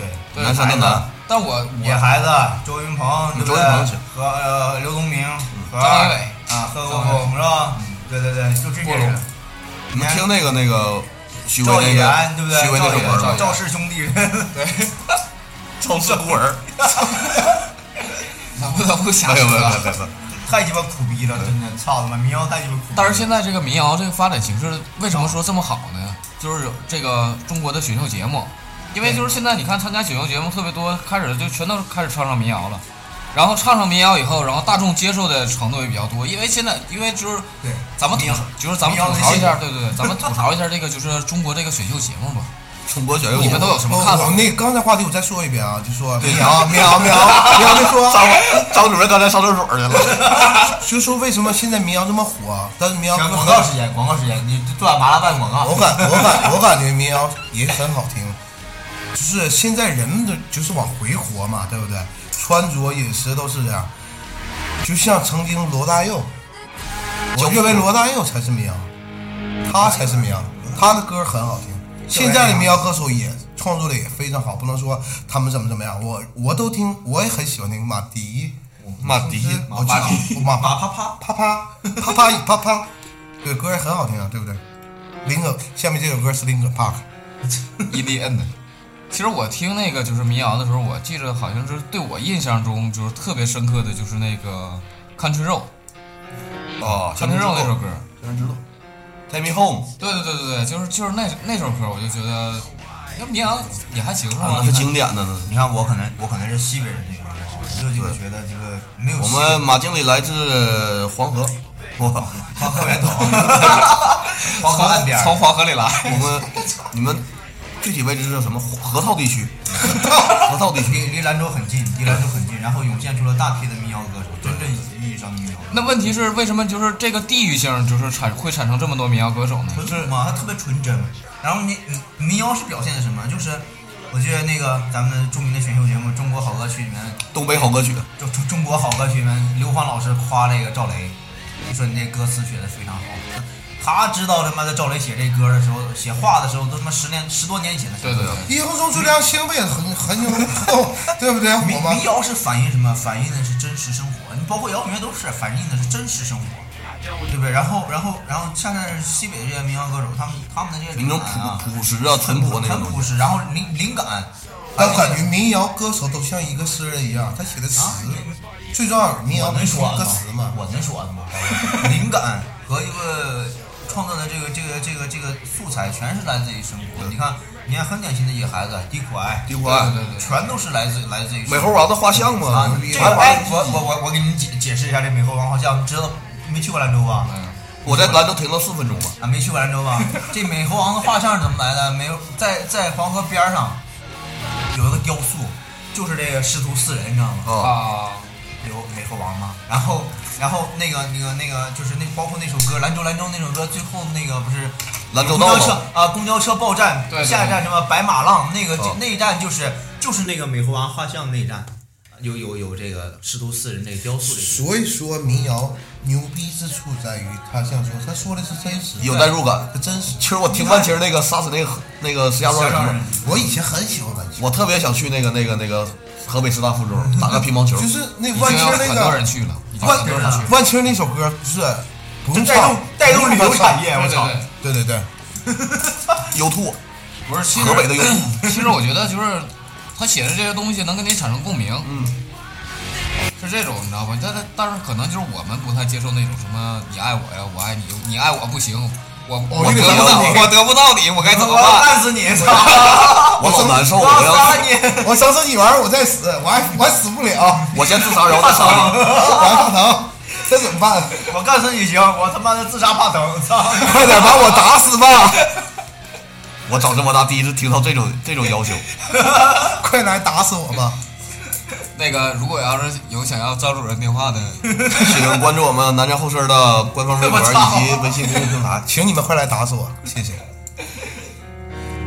[SPEAKER 3] 对。
[SPEAKER 1] 对
[SPEAKER 2] 南山的
[SPEAKER 3] 孩
[SPEAKER 2] 南
[SPEAKER 3] 子，
[SPEAKER 1] 但我
[SPEAKER 3] 野
[SPEAKER 1] 我
[SPEAKER 3] 孩子、周云
[SPEAKER 1] 嗯
[SPEAKER 3] 鹏，对不
[SPEAKER 2] 周
[SPEAKER 3] 对
[SPEAKER 2] 云鹏行
[SPEAKER 3] 和呃刘东明、和
[SPEAKER 1] 张伟
[SPEAKER 3] 啊，和
[SPEAKER 1] 张伟嗯
[SPEAKER 3] 我们是吧？对对对，就这些
[SPEAKER 1] 郭龙
[SPEAKER 3] 人。
[SPEAKER 2] 你们听那个那个许
[SPEAKER 3] 赵
[SPEAKER 2] 巍
[SPEAKER 3] 以
[SPEAKER 2] 那
[SPEAKER 3] 然，对不
[SPEAKER 2] 个
[SPEAKER 3] 对？
[SPEAKER 2] 许巍那
[SPEAKER 3] 赵
[SPEAKER 2] 首
[SPEAKER 3] 以
[SPEAKER 2] 歌
[SPEAKER 3] 然，
[SPEAKER 2] 吗？
[SPEAKER 3] 赵氏兄弟，
[SPEAKER 2] 赵氏孤儿。
[SPEAKER 1] 能不能不瞎
[SPEAKER 2] 没有没有没有
[SPEAKER 3] 啊
[SPEAKER 1] 说？
[SPEAKER 2] 没有，
[SPEAKER 3] 太鸡巴苦逼了，真的，操他妈，民谣太鸡巴苦逼了。
[SPEAKER 1] 但是现在这个民谣这个发展形势为什么说这么好呢？就是有这个中国的选秀节目，因为就是现在你看参加选秀节目特别多，开始就全都开始唱上民谣了。然后唱上民谣以后，然后大众接受的程度也比较多，因为现在因为就是
[SPEAKER 3] 对
[SPEAKER 1] 咱们吐
[SPEAKER 3] 民谣
[SPEAKER 1] 就是咱们
[SPEAKER 3] 民谣
[SPEAKER 1] 吐
[SPEAKER 3] 的
[SPEAKER 1] 槽一
[SPEAKER 3] 现
[SPEAKER 1] 下，
[SPEAKER 3] 象
[SPEAKER 1] 对对对，咱们吐槽一下这个就是中国这个选秀节目吧，
[SPEAKER 2] 中国选秀
[SPEAKER 1] 你们都有什么
[SPEAKER 4] 我
[SPEAKER 1] 看法
[SPEAKER 4] 我？那刚才话题我再说一遍啊，就说民谣民谣民谣民谣就说。
[SPEAKER 2] 张张主任刚才上厕所去 了。
[SPEAKER 4] 就说为什么现在民谣这么火？啊但是民谣
[SPEAKER 3] 行
[SPEAKER 4] 跟
[SPEAKER 3] 广告时间，广告时间，你做完麻辣拌广告
[SPEAKER 4] 我。感我感我感觉民谣也很好听，就是现在人的就是往回活嘛，对不对？穿着饮食都是这样，就像曾经罗大佑，我认为罗大佑才是民谣，他才是民谣，他的歌很好听。现在的民谣歌手也创作的也非常好，不能说他们怎么怎么样，我我都听，我也很喜欢听马迪，
[SPEAKER 2] 马迪，
[SPEAKER 4] 我知道马
[SPEAKER 3] 马啪啪，
[SPEAKER 4] 啪啪啪啪啪啪，对，歌也很好听啊，对不对？林可，下面这首歌是林可帕克，
[SPEAKER 1] EDM 的。其实我听那个就是民谣的时候，我记着好像是对我印象中就是特别深刻的就是那个《Country Road》
[SPEAKER 2] 啊，
[SPEAKER 3] 哦
[SPEAKER 1] 《
[SPEAKER 2] 山
[SPEAKER 1] Country
[SPEAKER 2] 知
[SPEAKER 1] Road》那首
[SPEAKER 2] 道，
[SPEAKER 1] 歌。
[SPEAKER 2] 山知道。Take me home，
[SPEAKER 1] 对对对对对，就是就是那那首歌，我就觉得那民谣也还行
[SPEAKER 3] 啊
[SPEAKER 1] 是吧
[SPEAKER 2] 啊那？是经典的呢。
[SPEAKER 3] 你看我可能我可能是西北人这块儿，我就就觉得这个没有
[SPEAKER 2] 我
[SPEAKER 3] 西
[SPEAKER 2] 们马经理来自黄河，我
[SPEAKER 3] 方特别懂。黄河岸边儿
[SPEAKER 1] 从黄河里 来。
[SPEAKER 2] 我们你们具体位置是什么？河套地区，河套地
[SPEAKER 3] 离
[SPEAKER 2] 区。
[SPEAKER 3] 离兰州很近，离兰州很近，然后涌现出了大批的民谣歌手，真正意义上的民谣歌手。
[SPEAKER 1] 那问题是为什么就是这个地域性就是产会产生这么多民谣歌手呢？
[SPEAKER 3] 纯朴嘛，他特别纯真。然后你你民谣是表现的什么？就是我觉得那个咱们的著名的选秀节目《中国好歌曲》里面，
[SPEAKER 2] 东北好歌曲，
[SPEAKER 3] 就中中国好歌曲里面，刘欢老师夸那个赵雷，就说你这歌词写的非常好。他知道他妈的赵雷写这歌的时候，写话的时候都他妈十年十多年前的事
[SPEAKER 1] 对
[SPEAKER 3] 儿。
[SPEAKER 1] 对对，
[SPEAKER 4] 一分钟质量相不也很很有 厚，对不对？
[SPEAKER 3] 民
[SPEAKER 4] 火吗
[SPEAKER 3] 民？谣是反映什么？反映的是真实生活。你包括摇滚乐都是反映的是真实生活，对不对？然后，然后，然后，恰恰是西北这些民谣歌手，他们他们的这些
[SPEAKER 2] 那
[SPEAKER 3] 灵
[SPEAKER 2] 种
[SPEAKER 3] 感
[SPEAKER 2] 朴
[SPEAKER 3] 啊，
[SPEAKER 2] 朴实啊、淳朴那
[SPEAKER 3] 很
[SPEAKER 2] 种东
[SPEAKER 3] 朴
[SPEAKER 2] 西。
[SPEAKER 3] 实，然后灵灵感，哎
[SPEAKER 4] 但我感觉民谣歌手都像一个诗人一样，他写的词，最重要民
[SPEAKER 3] 我
[SPEAKER 4] 谣
[SPEAKER 3] 能
[SPEAKER 4] 没啊
[SPEAKER 3] 说完
[SPEAKER 2] 啊
[SPEAKER 4] 歌
[SPEAKER 3] 吗
[SPEAKER 4] 词嘛？
[SPEAKER 3] 我能说完吗？ 灵感和一个创作的这个这个这个这个素材，全是来自于生活。你看，你看很典型的野孩子、低苦矮，
[SPEAKER 2] 地瓜，
[SPEAKER 3] 全都是来自来自于生活
[SPEAKER 2] 美猴王的画像
[SPEAKER 3] 啊
[SPEAKER 2] 嘛，，
[SPEAKER 3] 这个
[SPEAKER 2] 白
[SPEAKER 3] 哎，
[SPEAKER 2] 白
[SPEAKER 3] 我我我我给你解解释一下这美猴王画像，你知道你没去过兰州吧？
[SPEAKER 2] 我在兰州停了四分钟吧。
[SPEAKER 3] 啊，没去过兰州吧？这美猴王的画像是怎么来的？没有，在在黄河边上有一个雕塑，就是这个师徒四人，你知道吗？
[SPEAKER 2] 啊，
[SPEAKER 1] 啊，
[SPEAKER 3] 有美猴王嘛，然后然后那个那个那个就是那包括那首歌《兰州兰州》那首歌，最后那个不是
[SPEAKER 2] 兰州
[SPEAKER 3] 公
[SPEAKER 2] 道
[SPEAKER 3] 交车
[SPEAKER 2] 嘛，
[SPEAKER 3] 啊，公交车报站，
[SPEAKER 1] 对对
[SPEAKER 3] 下一站什么白马浪，那个、
[SPEAKER 2] 哦
[SPEAKER 3] 那一站就是就是那个美猴王画像那一站，有有有这个师徒四人这个雕塑这个。
[SPEAKER 4] 所以说民谣牛逼之处在于，他像说他说的是真实，
[SPEAKER 2] 有代入感。
[SPEAKER 4] 他真实。
[SPEAKER 2] 其实我听半截儿那个杀死那个那个石家庄
[SPEAKER 3] 石家庄
[SPEAKER 2] 人
[SPEAKER 3] 人，
[SPEAKER 4] 我以前很喜欢篮球，
[SPEAKER 2] 我特别想去那个那个那个河北师大附中打个乒乓球
[SPEAKER 4] 就。是那
[SPEAKER 1] 已经
[SPEAKER 4] 万青
[SPEAKER 1] 有
[SPEAKER 4] 那
[SPEAKER 1] 很多人
[SPEAKER 4] 个
[SPEAKER 1] 去了，已经有很
[SPEAKER 4] 万
[SPEAKER 1] 多人去了。
[SPEAKER 4] 万青那首歌不是不用
[SPEAKER 3] 带动
[SPEAKER 4] 唱，
[SPEAKER 3] 带动
[SPEAKER 4] 不用
[SPEAKER 3] 旅游
[SPEAKER 4] 他唱
[SPEAKER 3] 产业，我
[SPEAKER 1] 对对
[SPEAKER 3] 操！
[SPEAKER 1] 对，
[SPEAKER 4] 对对对，
[SPEAKER 2] U two，
[SPEAKER 1] 不是，其实
[SPEAKER 2] 河北的有
[SPEAKER 1] 其实我觉得就是他写的这些东西能跟你产生共鸣，嗯，是这种你知道吧？但但但是可能就是我们不太接受那种什么你爱我呀，我爱你，你爱我不行，我我
[SPEAKER 4] 我
[SPEAKER 1] 得
[SPEAKER 4] 给你
[SPEAKER 1] 不
[SPEAKER 4] 打
[SPEAKER 1] 到
[SPEAKER 4] 你
[SPEAKER 1] 我得不到你，我该怎么
[SPEAKER 3] 我要
[SPEAKER 1] 办？
[SPEAKER 3] 干死你！操！
[SPEAKER 2] 我老难受，
[SPEAKER 3] 我
[SPEAKER 2] 我
[SPEAKER 3] 要杀
[SPEAKER 2] 要
[SPEAKER 3] 你！
[SPEAKER 4] 我想死你玩，我再死，我还我还死不了，
[SPEAKER 2] 我先自杀，然后再杀你。
[SPEAKER 4] 我还怕疼，这怎么办？
[SPEAKER 3] 我干死你行， 我他妈的自杀怕疼！操！
[SPEAKER 2] 快点把我打死吧！我长这么大第一次听到这种这种要求，
[SPEAKER 4] 快来打死我吧！
[SPEAKER 1] 那个如果要是有想要赵主任电话的，
[SPEAKER 2] 请关注我们南站后事的官方微博以及微信公众平台。
[SPEAKER 4] 请你们快来打死我，谢谢。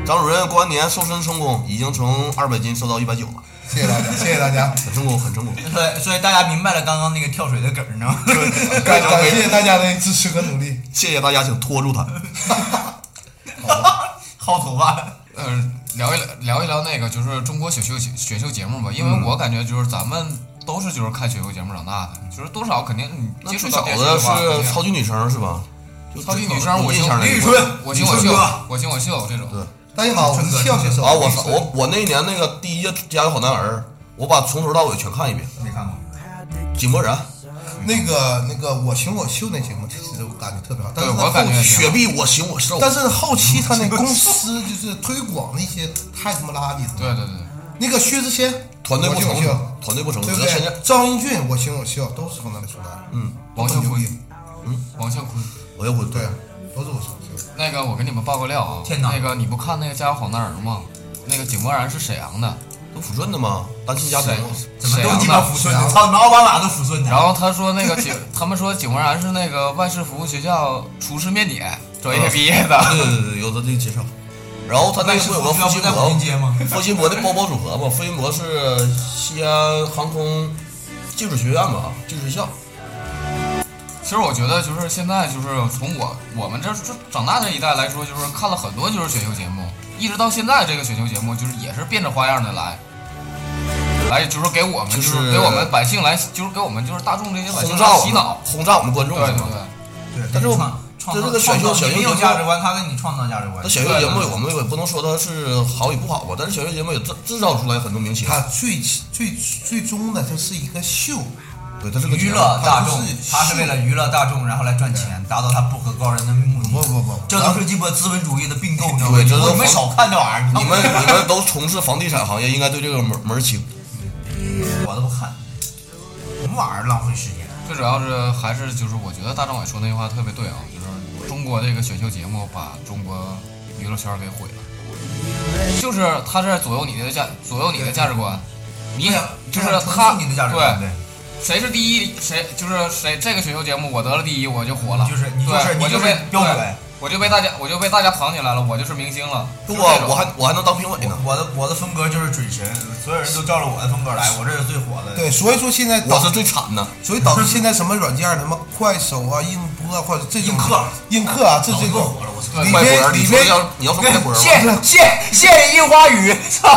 [SPEAKER 2] 张主任过完年瘦身成功，已经从二百斤瘦到一百九了，
[SPEAKER 4] 谢谢大家，谢谢大家，
[SPEAKER 2] 很成功，很成功。
[SPEAKER 3] 所以所以大家明白了刚刚那个跳水的梗儿，你知道吗？
[SPEAKER 4] 感感谢大家的支持和努力。
[SPEAKER 2] 谢谢大家，请拖住他。
[SPEAKER 3] 薅头发。
[SPEAKER 1] 呃，聊一聊聊一聊那个就是中国选秀选秀节目吧，因为我感觉就是咱们都是就是看选秀节目长大的，就是多少肯定你接
[SPEAKER 2] 那
[SPEAKER 1] 触
[SPEAKER 2] 最
[SPEAKER 1] 小
[SPEAKER 2] 早
[SPEAKER 1] 电视的
[SPEAKER 2] 的
[SPEAKER 1] 话肯定
[SPEAKER 2] 是超级女声是吧？就
[SPEAKER 1] 超级女声，我
[SPEAKER 2] 印
[SPEAKER 1] 行
[SPEAKER 2] 象那一
[SPEAKER 1] 我
[SPEAKER 2] 块
[SPEAKER 1] 行我行我秀
[SPEAKER 3] 李春哥，
[SPEAKER 1] 我行我秀这种。
[SPEAKER 4] 大家好，我是笑选手
[SPEAKER 2] 啊，我我我那一年那个第一届《家有好男儿》，我把从头到尾全看一遍。
[SPEAKER 3] 没看过。
[SPEAKER 2] 井柏然、
[SPEAKER 4] 那个那个我行我秀那节目，其实我感觉特别好，但是
[SPEAKER 1] 对我
[SPEAKER 4] 它
[SPEAKER 1] 感
[SPEAKER 4] 后
[SPEAKER 1] 觉
[SPEAKER 4] 期
[SPEAKER 2] 雪碧，我行我瘦。
[SPEAKER 4] 但是后期他那公 司就是推广那些太他妈垃圾了。
[SPEAKER 1] 对对对，
[SPEAKER 4] 那个薛之谦，
[SPEAKER 2] 团队不
[SPEAKER 4] 我行
[SPEAKER 2] 成
[SPEAKER 4] 我
[SPEAKER 2] 熟
[SPEAKER 4] 秀，
[SPEAKER 2] 团队不成熟。
[SPEAKER 4] 对不
[SPEAKER 2] 那现在
[SPEAKER 4] 对？张英俊，我行我秀，都是从那里出来的。嗯，
[SPEAKER 1] 王啸
[SPEAKER 4] 很牛
[SPEAKER 1] 坤
[SPEAKER 4] 逼，，
[SPEAKER 1] 王啸坤。
[SPEAKER 2] 我要不
[SPEAKER 4] 对，啊都是我行我秀。
[SPEAKER 1] 那个，我给你们爆个料啊，
[SPEAKER 3] 天哪
[SPEAKER 1] 那个你不看那个《家有好男儿》吗？那个井柏然是沈阳的，
[SPEAKER 2] 都抚顺的吗？单亲家庭吗，
[SPEAKER 3] 怎么
[SPEAKER 1] 沈
[SPEAKER 3] 都
[SPEAKER 1] 阳
[SPEAKER 3] 鸡巴
[SPEAKER 1] 的。
[SPEAKER 3] 抚顺的？操你们奥巴马都抚顺的。
[SPEAKER 1] 然后他说那个井， 他们说井柏然是那个万世服务学校厨师面点专业毕业的。
[SPEAKER 3] 嗯
[SPEAKER 2] 对对对对，有的这个介绍。然后他
[SPEAKER 3] 那
[SPEAKER 2] 那个
[SPEAKER 3] 是
[SPEAKER 2] 不有
[SPEAKER 3] 我
[SPEAKER 2] 个
[SPEAKER 3] 需要
[SPEAKER 2] 付
[SPEAKER 3] 不
[SPEAKER 2] 辛
[SPEAKER 3] 在北京街
[SPEAKER 2] 博，
[SPEAKER 3] 吗？
[SPEAKER 2] 付辛博的包包组合嘛？付辛博是西安航空技术学院吧？技术学校。
[SPEAKER 1] 其实我觉得就是现在就是从我我们这这长大这一代来说，就是看了很多就是选秀节目，一直到现在这个选秀节目就是也是变着花样的来。来，就是给我们，就
[SPEAKER 2] 就是
[SPEAKER 1] 是给我们百姓来，就是给我们，就是大众这些百姓
[SPEAKER 2] 轰
[SPEAKER 1] 来
[SPEAKER 2] 炸我
[SPEAKER 1] 洗脑
[SPEAKER 2] 们，。轰炸我们观众
[SPEAKER 1] 对对
[SPEAKER 2] 是吗？
[SPEAKER 1] 对。
[SPEAKER 3] 对，
[SPEAKER 2] 但是我
[SPEAKER 3] 创创
[SPEAKER 2] 这
[SPEAKER 3] 造
[SPEAKER 2] 是个选秀
[SPEAKER 3] 创造
[SPEAKER 2] 选秀
[SPEAKER 3] 你
[SPEAKER 2] 节
[SPEAKER 3] 有
[SPEAKER 2] 目
[SPEAKER 3] 价值观，他给你创造价值观
[SPEAKER 2] 那。选秀节
[SPEAKER 1] 对
[SPEAKER 2] 目
[SPEAKER 1] 对对
[SPEAKER 2] 我们也不能说它是好与不好吧，但是选秀节目也制制造出来很多明星，
[SPEAKER 4] 他最最最终的，它是一个秀，
[SPEAKER 2] 对，它是个
[SPEAKER 3] 娱
[SPEAKER 2] 节目
[SPEAKER 3] 乐大众
[SPEAKER 4] 它不是，
[SPEAKER 3] 他是为了娱乐大众，然后来赚钱，达到他不可告人的目的。
[SPEAKER 4] 不不不
[SPEAKER 3] 这都是鸡巴资本主义的并购，你知道吗？
[SPEAKER 2] 对这都
[SPEAKER 3] 你们少看这玩意儿，
[SPEAKER 2] 你们 你们都从事房地产行业，应该对这个门门儿清。
[SPEAKER 3] 我都不看，什么玩意儿浪费时间？
[SPEAKER 1] 对最主要是还是就是我觉得大张伟说那句话特别对啊，就是中国这个选秀节目把中国娱乐圈给毁了，就是他是在左右你的价左右你的价值观，你
[SPEAKER 3] 他想
[SPEAKER 1] 就是
[SPEAKER 3] 他想
[SPEAKER 1] 他
[SPEAKER 3] 重啊塑你的价值观，
[SPEAKER 1] 对
[SPEAKER 3] 对，
[SPEAKER 1] 谁是第一谁就是谁这个选秀节目我得了第一我就火了，
[SPEAKER 3] 就是你就
[SPEAKER 1] 对
[SPEAKER 3] 是你
[SPEAKER 1] 我
[SPEAKER 3] 就
[SPEAKER 1] 就是被
[SPEAKER 3] 标准
[SPEAKER 1] 对我就被大家我就被大家捧起来了，我就是明星了，
[SPEAKER 2] 不
[SPEAKER 1] 就
[SPEAKER 2] 我
[SPEAKER 1] 这种
[SPEAKER 2] 我还我还能当评委呢。
[SPEAKER 3] 我的我的风格就是准神，所有人都照着我的风格来，我这是最火的。
[SPEAKER 4] 对，所以说现在
[SPEAKER 2] 我
[SPEAKER 4] 导
[SPEAKER 2] 是最惨的，
[SPEAKER 4] 所以导致现在什么软件儿，他妈快手啊、映播啊或者这种
[SPEAKER 2] 映客、
[SPEAKER 4] 映客啊，这这
[SPEAKER 3] 老多
[SPEAKER 4] 种
[SPEAKER 3] 火了我操
[SPEAKER 4] 里
[SPEAKER 2] 外国人，
[SPEAKER 4] 边
[SPEAKER 2] 你
[SPEAKER 4] 里
[SPEAKER 2] 说
[SPEAKER 4] 边
[SPEAKER 2] 要你要说外国人，
[SPEAKER 1] 谢谢谢樱花雨，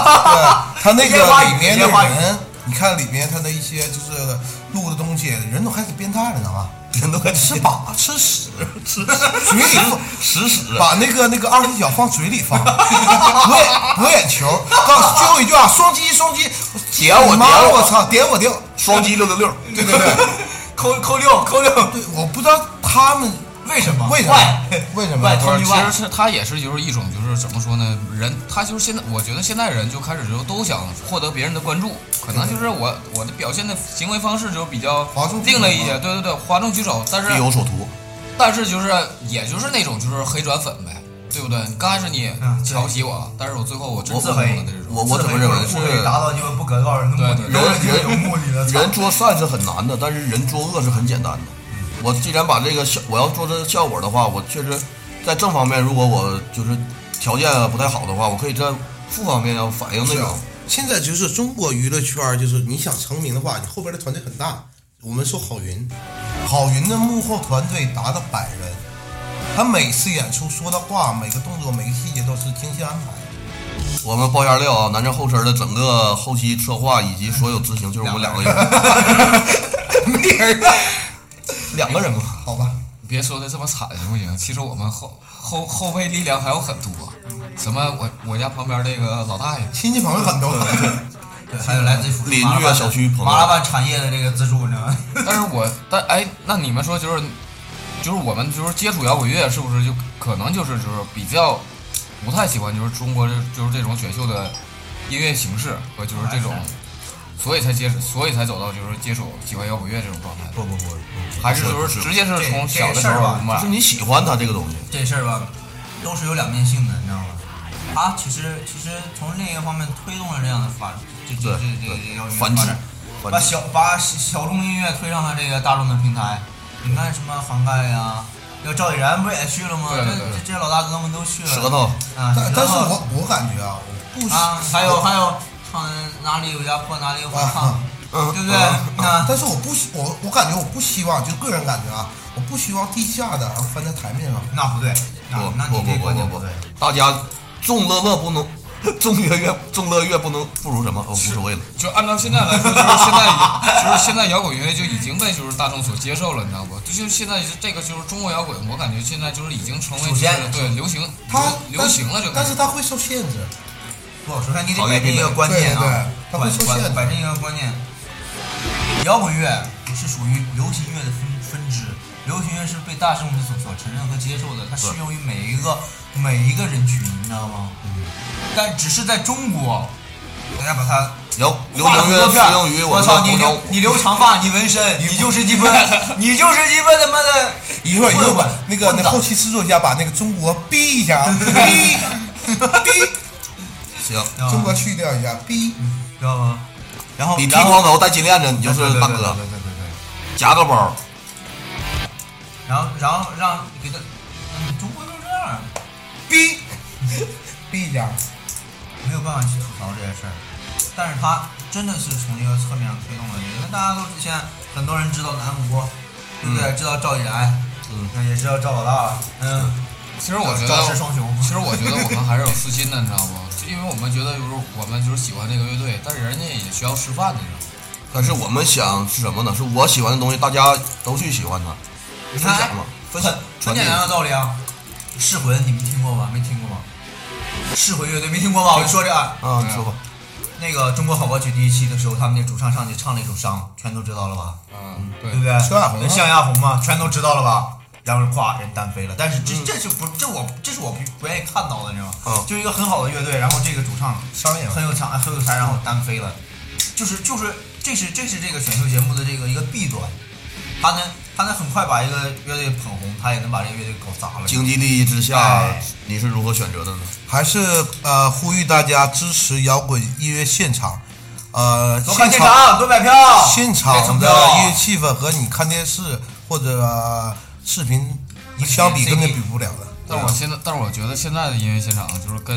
[SPEAKER 4] 对 他那个
[SPEAKER 1] 烟花雨
[SPEAKER 4] 里面的
[SPEAKER 1] 烟花雨
[SPEAKER 4] 人，你看里面他的一些就是录的东西，人都开始变态了，呢啊，
[SPEAKER 2] 人都快吃粑吃屎 吃
[SPEAKER 4] 嘴里放
[SPEAKER 2] 屎屎，
[SPEAKER 4] 把那个那个二踢脚放嘴里放，博眼博眼球，告诉最后一句啊，双击双击，
[SPEAKER 2] 点我
[SPEAKER 4] 你妈
[SPEAKER 2] 点我
[SPEAKER 4] 我操，点我点我，
[SPEAKER 2] 双击六六六，
[SPEAKER 4] 对对对，
[SPEAKER 3] 扣扣六扣六，
[SPEAKER 4] 对，我不知道他们
[SPEAKER 3] 为什么？
[SPEAKER 4] 为什么
[SPEAKER 3] 坏
[SPEAKER 4] 为什么
[SPEAKER 3] 外
[SPEAKER 1] 不
[SPEAKER 3] 头
[SPEAKER 1] 是，
[SPEAKER 3] 一
[SPEAKER 1] 呃其
[SPEAKER 3] 外
[SPEAKER 1] 实，是他也是就是一种就是怎么说呢，人他就是现在，我觉得现在人就开始就都想获得别人的关注，可能就是我我的表现的行为方式就比较
[SPEAKER 4] 哗众取
[SPEAKER 1] 另类一
[SPEAKER 4] 宠
[SPEAKER 1] 些，
[SPEAKER 4] 嘛
[SPEAKER 1] 对对对，哗众取宠，但是
[SPEAKER 2] 必有所图。
[SPEAKER 1] 但是就是也就是那种就是黑转粉呗，对不对？刚开始你
[SPEAKER 3] 嗯对
[SPEAKER 1] 瞧不起我，但是我最后我真
[SPEAKER 2] 我
[SPEAKER 1] 服了的这种，
[SPEAKER 2] 我我怎么认为是
[SPEAKER 3] 我可以达到一个不可告人的目的？
[SPEAKER 1] 对
[SPEAKER 2] 人
[SPEAKER 3] 人
[SPEAKER 2] 人
[SPEAKER 3] 有目的的，
[SPEAKER 2] 人做善是很难的，但是人做恶是很简单的。我既然把这个效，我要做这个效果的话，我确实在正方面，如果我就是条件不太好的话，我可以在负方面要反映那
[SPEAKER 4] 是啊
[SPEAKER 2] 种。
[SPEAKER 4] 现在就是中国娱乐圈儿，就是你想成名的话，你后边的团队很大。我们说郝云，郝云的幕后团队达到百人，他每次演出说的话、每个动作、每个细节都是精心安排的。
[SPEAKER 2] 我们报一下料啊，南城后身的整个后期策划以及所有执行，就是我们两个人，
[SPEAKER 4] 没人啊，
[SPEAKER 2] 两个人嘛。
[SPEAKER 4] 好吧，
[SPEAKER 1] 你别说的这么惨行不行？其实我们后后后备力量还有很多，什么我我家旁边这个老大爷，
[SPEAKER 4] 亲戚朋友很多。
[SPEAKER 3] 对还有来自于
[SPEAKER 2] 邻居啊小区朋友
[SPEAKER 3] 麻辣拌产业的这个资助呢？
[SPEAKER 1] 但是我但哎，那你们说就是就是我们就是接触摇滚乐，是不是就可能就是就是比较不太喜欢就是中国这就是这种选秀的音乐形式和就是这种，所以才接触，所以才走到就是接触喜欢摇滚乐这种状态，
[SPEAKER 3] 不不不，
[SPEAKER 1] 还是就
[SPEAKER 2] 不
[SPEAKER 1] 是
[SPEAKER 2] 是
[SPEAKER 1] 直接是
[SPEAKER 3] 这
[SPEAKER 1] 从
[SPEAKER 3] 这
[SPEAKER 1] 小的
[SPEAKER 3] 事
[SPEAKER 1] 时
[SPEAKER 3] 儿
[SPEAKER 1] 候
[SPEAKER 3] 吧
[SPEAKER 1] 嘛
[SPEAKER 2] 就是你喜欢他这个东西，
[SPEAKER 3] 这事儿吧，都是有两面性的，你知道吗？它其实其实从另一个方面推动了这样的发，这这这这这这
[SPEAKER 2] 繁殖
[SPEAKER 3] 发展
[SPEAKER 2] 繁
[SPEAKER 3] 把
[SPEAKER 2] 殖
[SPEAKER 3] 小把小小众音乐推上了这个大众的平台。你看什么涵盖呀，要赵以然不也去了吗？
[SPEAKER 1] 对
[SPEAKER 3] 这
[SPEAKER 1] 对对
[SPEAKER 3] 这这老大哥们都去了。
[SPEAKER 2] 舌头
[SPEAKER 3] 啊，
[SPEAKER 4] 但
[SPEAKER 3] 舌头
[SPEAKER 4] 但是我我感觉啊，我不
[SPEAKER 3] 啊，还有还有唱哪里有家破哪里有
[SPEAKER 4] 啊
[SPEAKER 3] 火唱，
[SPEAKER 4] 嗯
[SPEAKER 3] 对不对？啊，
[SPEAKER 4] 但是我不希我我感觉我不希望，就个人感觉啊，我不希望地下的翻在台面上。
[SPEAKER 3] 那不对，那
[SPEAKER 2] 不
[SPEAKER 3] 啊那
[SPEAKER 2] 不
[SPEAKER 3] 你
[SPEAKER 2] 不
[SPEAKER 3] 这
[SPEAKER 2] 不
[SPEAKER 3] 观点
[SPEAKER 2] 不不
[SPEAKER 3] 对。，
[SPEAKER 2] 大家众乐乐不能，众乐乐众乐乐不能不如什么，我无所谓了。
[SPEAKER 1] 就按照现在来说，就是现在已就是现在摇滚乐就已经被就是大众所接受了，你知道不？就就现在这个就是中国摇滚，我感觉现在就是已经成为就是
[SPEAKER 3] 首先
[SPEAKER 1] 对流行
[SPEAKER 4] 他
[SPEAKER 1] 流流行了这个，
[SPEAKER 4] 但是他会受限制。
[SPEAKER 3] 不，首先你得
[SPEAKER 2] 行业
[SPEAKER 3] 摆正一个
[SPEAKER 2] 壁垒
[SPEAKER 3] 观念
[SPEAKER 4] 对对
[SPEAKER 3] 啊
[SPEAKER 4] 对，它会
[SPEAKER 3] 摆
[SPEAKER 4] 受限
[SPEAKER 3] 摆
[SPEAKER 4] 的
[SPEAKER 3] 摆正一个观念。摇滚乐是属于流行乐的分分支，流行乐是被大众所所承认和接受的，它适用于每一个每一个人群，你知道吗？
[SPEAKER 2] 嗯
[SPEAKER 3] 但只是在中国，大家把它
[SPEAKER 2] 然后流
[SPEAKER 3] 画了
[SPEAKER 2] 行乐
[SPEAKER 3] 很多
[SPEAKER 2] 适
[SPEAKER 3] 片儿
[SPEAKER 2] 用于
[SPEAKER 3] 我
[SPEAKER 2] 们
[SPEAKER 3] 操，
[SPEAKER 2] 的
[SPEAKER 3] 你
[SPEAKER 2] 红
[SPEAKER 3] 留
[SPEAKER 2] 烧
[SPEAKER 3] 你留长发，你纹身，你就是一份，你就是一份他妈的
[SPEAKER 4] 一会儿一
[SPEAKER 3] 混
[SPEAKER 4] 会
[SPEAKER 3] 混
[SPEAKER 4] 儿，那个
[SPEAKER 3] 混
[SPEAKER 4] 那
[SPEAKER 3] 子
[SPEAKER 4] 后期制作一下，把那个中国逼一下，逼逼，
[SPEAKER 2] 行。
[SPEAKER 3] 啊
[SPEAKER 4] 中国去掉一下，逼。
[SPEAKER 3] 知道吗？然后
[SPEAKER 2] 你剃
[SPEAKER 3] 然后
[SPEAKER 2] 光头戴金链子，你就
[SPEAKER 3] 对
[SPEAKER 2] 是
[SPEAKER 3] 对
[SPEAKER 2] 大
[SPEAKER 3] 对对
[SPEAKER 2] 哥
[SPEAKER 3] 对。对对对。
[SPEAKER 2] 夹个包，
[SPEAKER 3] 然后然后让给他，嗯中国就是这样，
[SPEAKER 4] 逼逼一下，
[SPEAKER 3] 没有办法去吐槽这些事儿。但是他真的是从一个侧面上推动了你，因为大家都现在很多人知道南无，对不对？知道赵以然，嗯，也知道赵老大了，嗯，
[SPEAKER 1] 其实我觉
[SPEAKER 3] 赵氏
[SPEAKER 1] 得
[SPEAKER 3] 双雄，
[SPEAKER 1] 其实我觉得我们还是有私心的，你知道不？就因为我们觉得就是我们就是喜欢这个乐队，但是人家也需要吃饭，你知道吗？
[SPEAKER 2] 但是我们想是什么呢？是我喜欢的东西，大家都去喜欢它，
[SPEAKER 3] 你
[SPEAKER 2] 分
[SPEAKER 3] 看
[SPEAKER 2] 享嘛，分享
[SPEAKER 3] 很，很简单的道理啊。噬魂你们听过吧？没听过吧？噬魂乐队没听过吧？我就说这啊，
[SPEAKER 2] 啊，你说吧，
[SPEAKER 3] 那个中国好歌曲第一期的时候，他们那主唱上去唱了一首《伤》，全都知道了吧？
[SPEAKER 1] 嗯，对
[SPEAKER 3] 对不对？
[SPEAKER 4] 萧亚红啊
[SPEAKER 3] 向亚红嘛，全都知道了吧？然后咵，人单飞了。但是这这就不这我这是我不不愿意看到的，你知道吗？
[SPEAKER 2] 嗯
[SPEAKER 3] 就是一个很好的乐队，然后这个主唱
[SPEAKER 4] 商业化
[SPEAKER 3] 很有才，很有才，然后单飞了，就是就是这是这是这个选秀节目的这个一个弊端。他能他能很快把一个乐队捧红，他也能把这个乐队搞砸了。
[SPEAKER 2] 经济利益之下
[SPEAKER 3] 哎，
[SPEAKER 2] 你是如何选择的呢？
[SPEAKER 4] 还是呃呼吁大家支持摇滚音乐现场，呃，
[SPEAKER 3] 多看
[SPEAKER 4] 现
[SPEAKER 3] 现
[SPEAKER 4] 场
[SPEAKER 3] 场，多买票，
[SPEAKER 4] 现
[SPEAKER 3] 别
[SPEAKER 4] 场
[SPEAKER 3] 冲
[SPEAKER 4] 的
[SPEAKER 3] 动
[SPEAKER 4] 音乐气氛和你看电视或者、呃视频相比，根本比不了的。
[SPEAKER 1] 但
[SPEAKER 3] 啊
[SPEAKER 1] 我现在，但是我觉得现在的音乐现场就是跟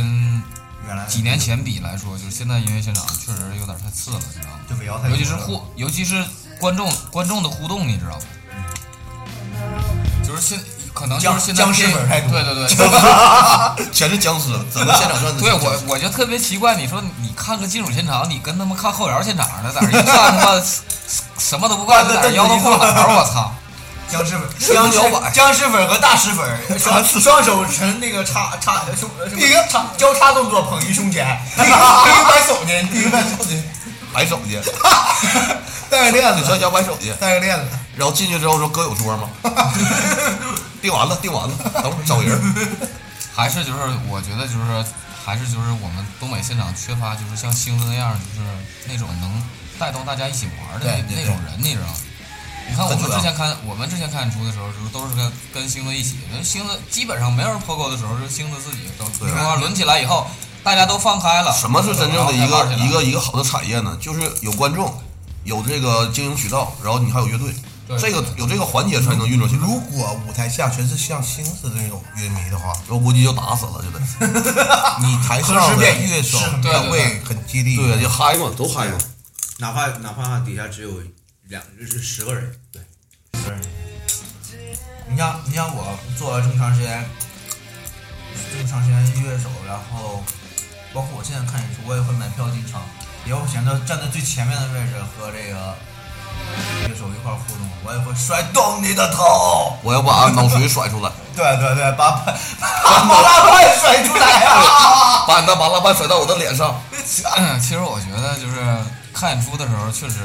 [SPEAKER 3] 原来
[SPEAKER 1] 几年前比来说，就是现在音乐现场确实有点太次了，你知道吗？
[SPEAKER 3] 就尾摇太
[SPEAKER 1] 尤
[SPEAKER 3] 多了
[SPEAKER 1] 其是 互，尤其是观众观众的互动，你知道吗？就是现可能就是
[SPEAKER 3] 僵
[SPEAKER 1] 现在
[SPEAKER 3] 僵尸
[SPEAKER 1] 偏
[SPEAKER 3] 粉太多
[SPEAKER 1] 对对 对，
[SPEAKER 2] 全是僵尸，整个现场算是
[SPEAKER 1] 啊对
[SPEAKER 2] 僵尸
[SPEAKER 1] 我我就特别奇怪，你说你看个金属现场，你跟他们看后摇现场似的，在那一看他妈 什么 都不干，在那摇头晃脑，我操！
[SPEAKER 3] 僵 尸粉、僵尸
[SPEAKER 1] 摇摆
[SPEAKER 3] 僵尸粉和大师 粉双双手呈那个叉叉胸，一个叉交叉动作捧于胸 前，一个摆手呢，一个摆手 呢。
[SPEAKER 2] 摆手去，带个链子，摔跤摆手去，
[SPEAKER 4] 带个链 子，
[SPEAKER 2] 然后进去之后说哥有桌吗？ 定完了，定完了，等会儿找人。
[SPEAKER 1] 还是就是我觉得就是还是就是我们东北现场缺乏就是像星子那样就是那种能带动大家一起玩的那那种人，你知道吗？你看我们之前看我们之前看演出的时候，就是都是跟跟星子一起，那星子基本上没有人破狗的时候，就是星子自己都
[SPEAKER 2] 对
[SPEAKER 1] 啊轮起来以后，大家都放开了。
[SPEAKER 2] 什么是真正的一
[SPEAKER 1] 然后开
[SPEAKER 2] 个
[SPEAKER 1] 始了
[SPEAKER 2] 一个一个好的产业呢？就是有观众，有这个经营渠道，然后你还有乐队，
[SPEAKER 1] 对
[SPEAKER 2] 这个有这个环节才能运作起来。
[SPEAKER 4] 如果舞台下全是像星子这种乐迷的话，
[SPEAKER 2] 我估计就打死了，就得。
[SPEAKER 4] 你台上
[SPEAKER 3] 和时
[SPEAKER 4] 的
[SPEAKER 3] 变
[SPEAKER 4] 乐手
[SPEAKER 3] 是很
[SPEAKER 1] 对
[SPEAKER 4] 他
[SPEAKER 1] 对
[SPEAKER 4] 会很激励。
[SPEAKER 2] 对，就嗨嘛，都嗨嘛。
[SPEAKER 5] 哪怕哪怕底下只有两就是十个人，对，
[SPEAKER 3] 你像你像我做了这么长时间，这么长时间乐手，然后包括我现在看演出，我也会买票进场，也会选择站在最前面的位置和这个乐手一块儿互动，我也会摔动你的头，
[SPEAKER 2] 我要把脑髓甩出来，
[SPEAKER 3] 对对对，把把把摩拉罐甩出来啊！
[SPEAKER 2] 把你那麻辣拌甩到我的脸上。
[SPEAKER 1] 其实我觉得就是看演出的时候，确实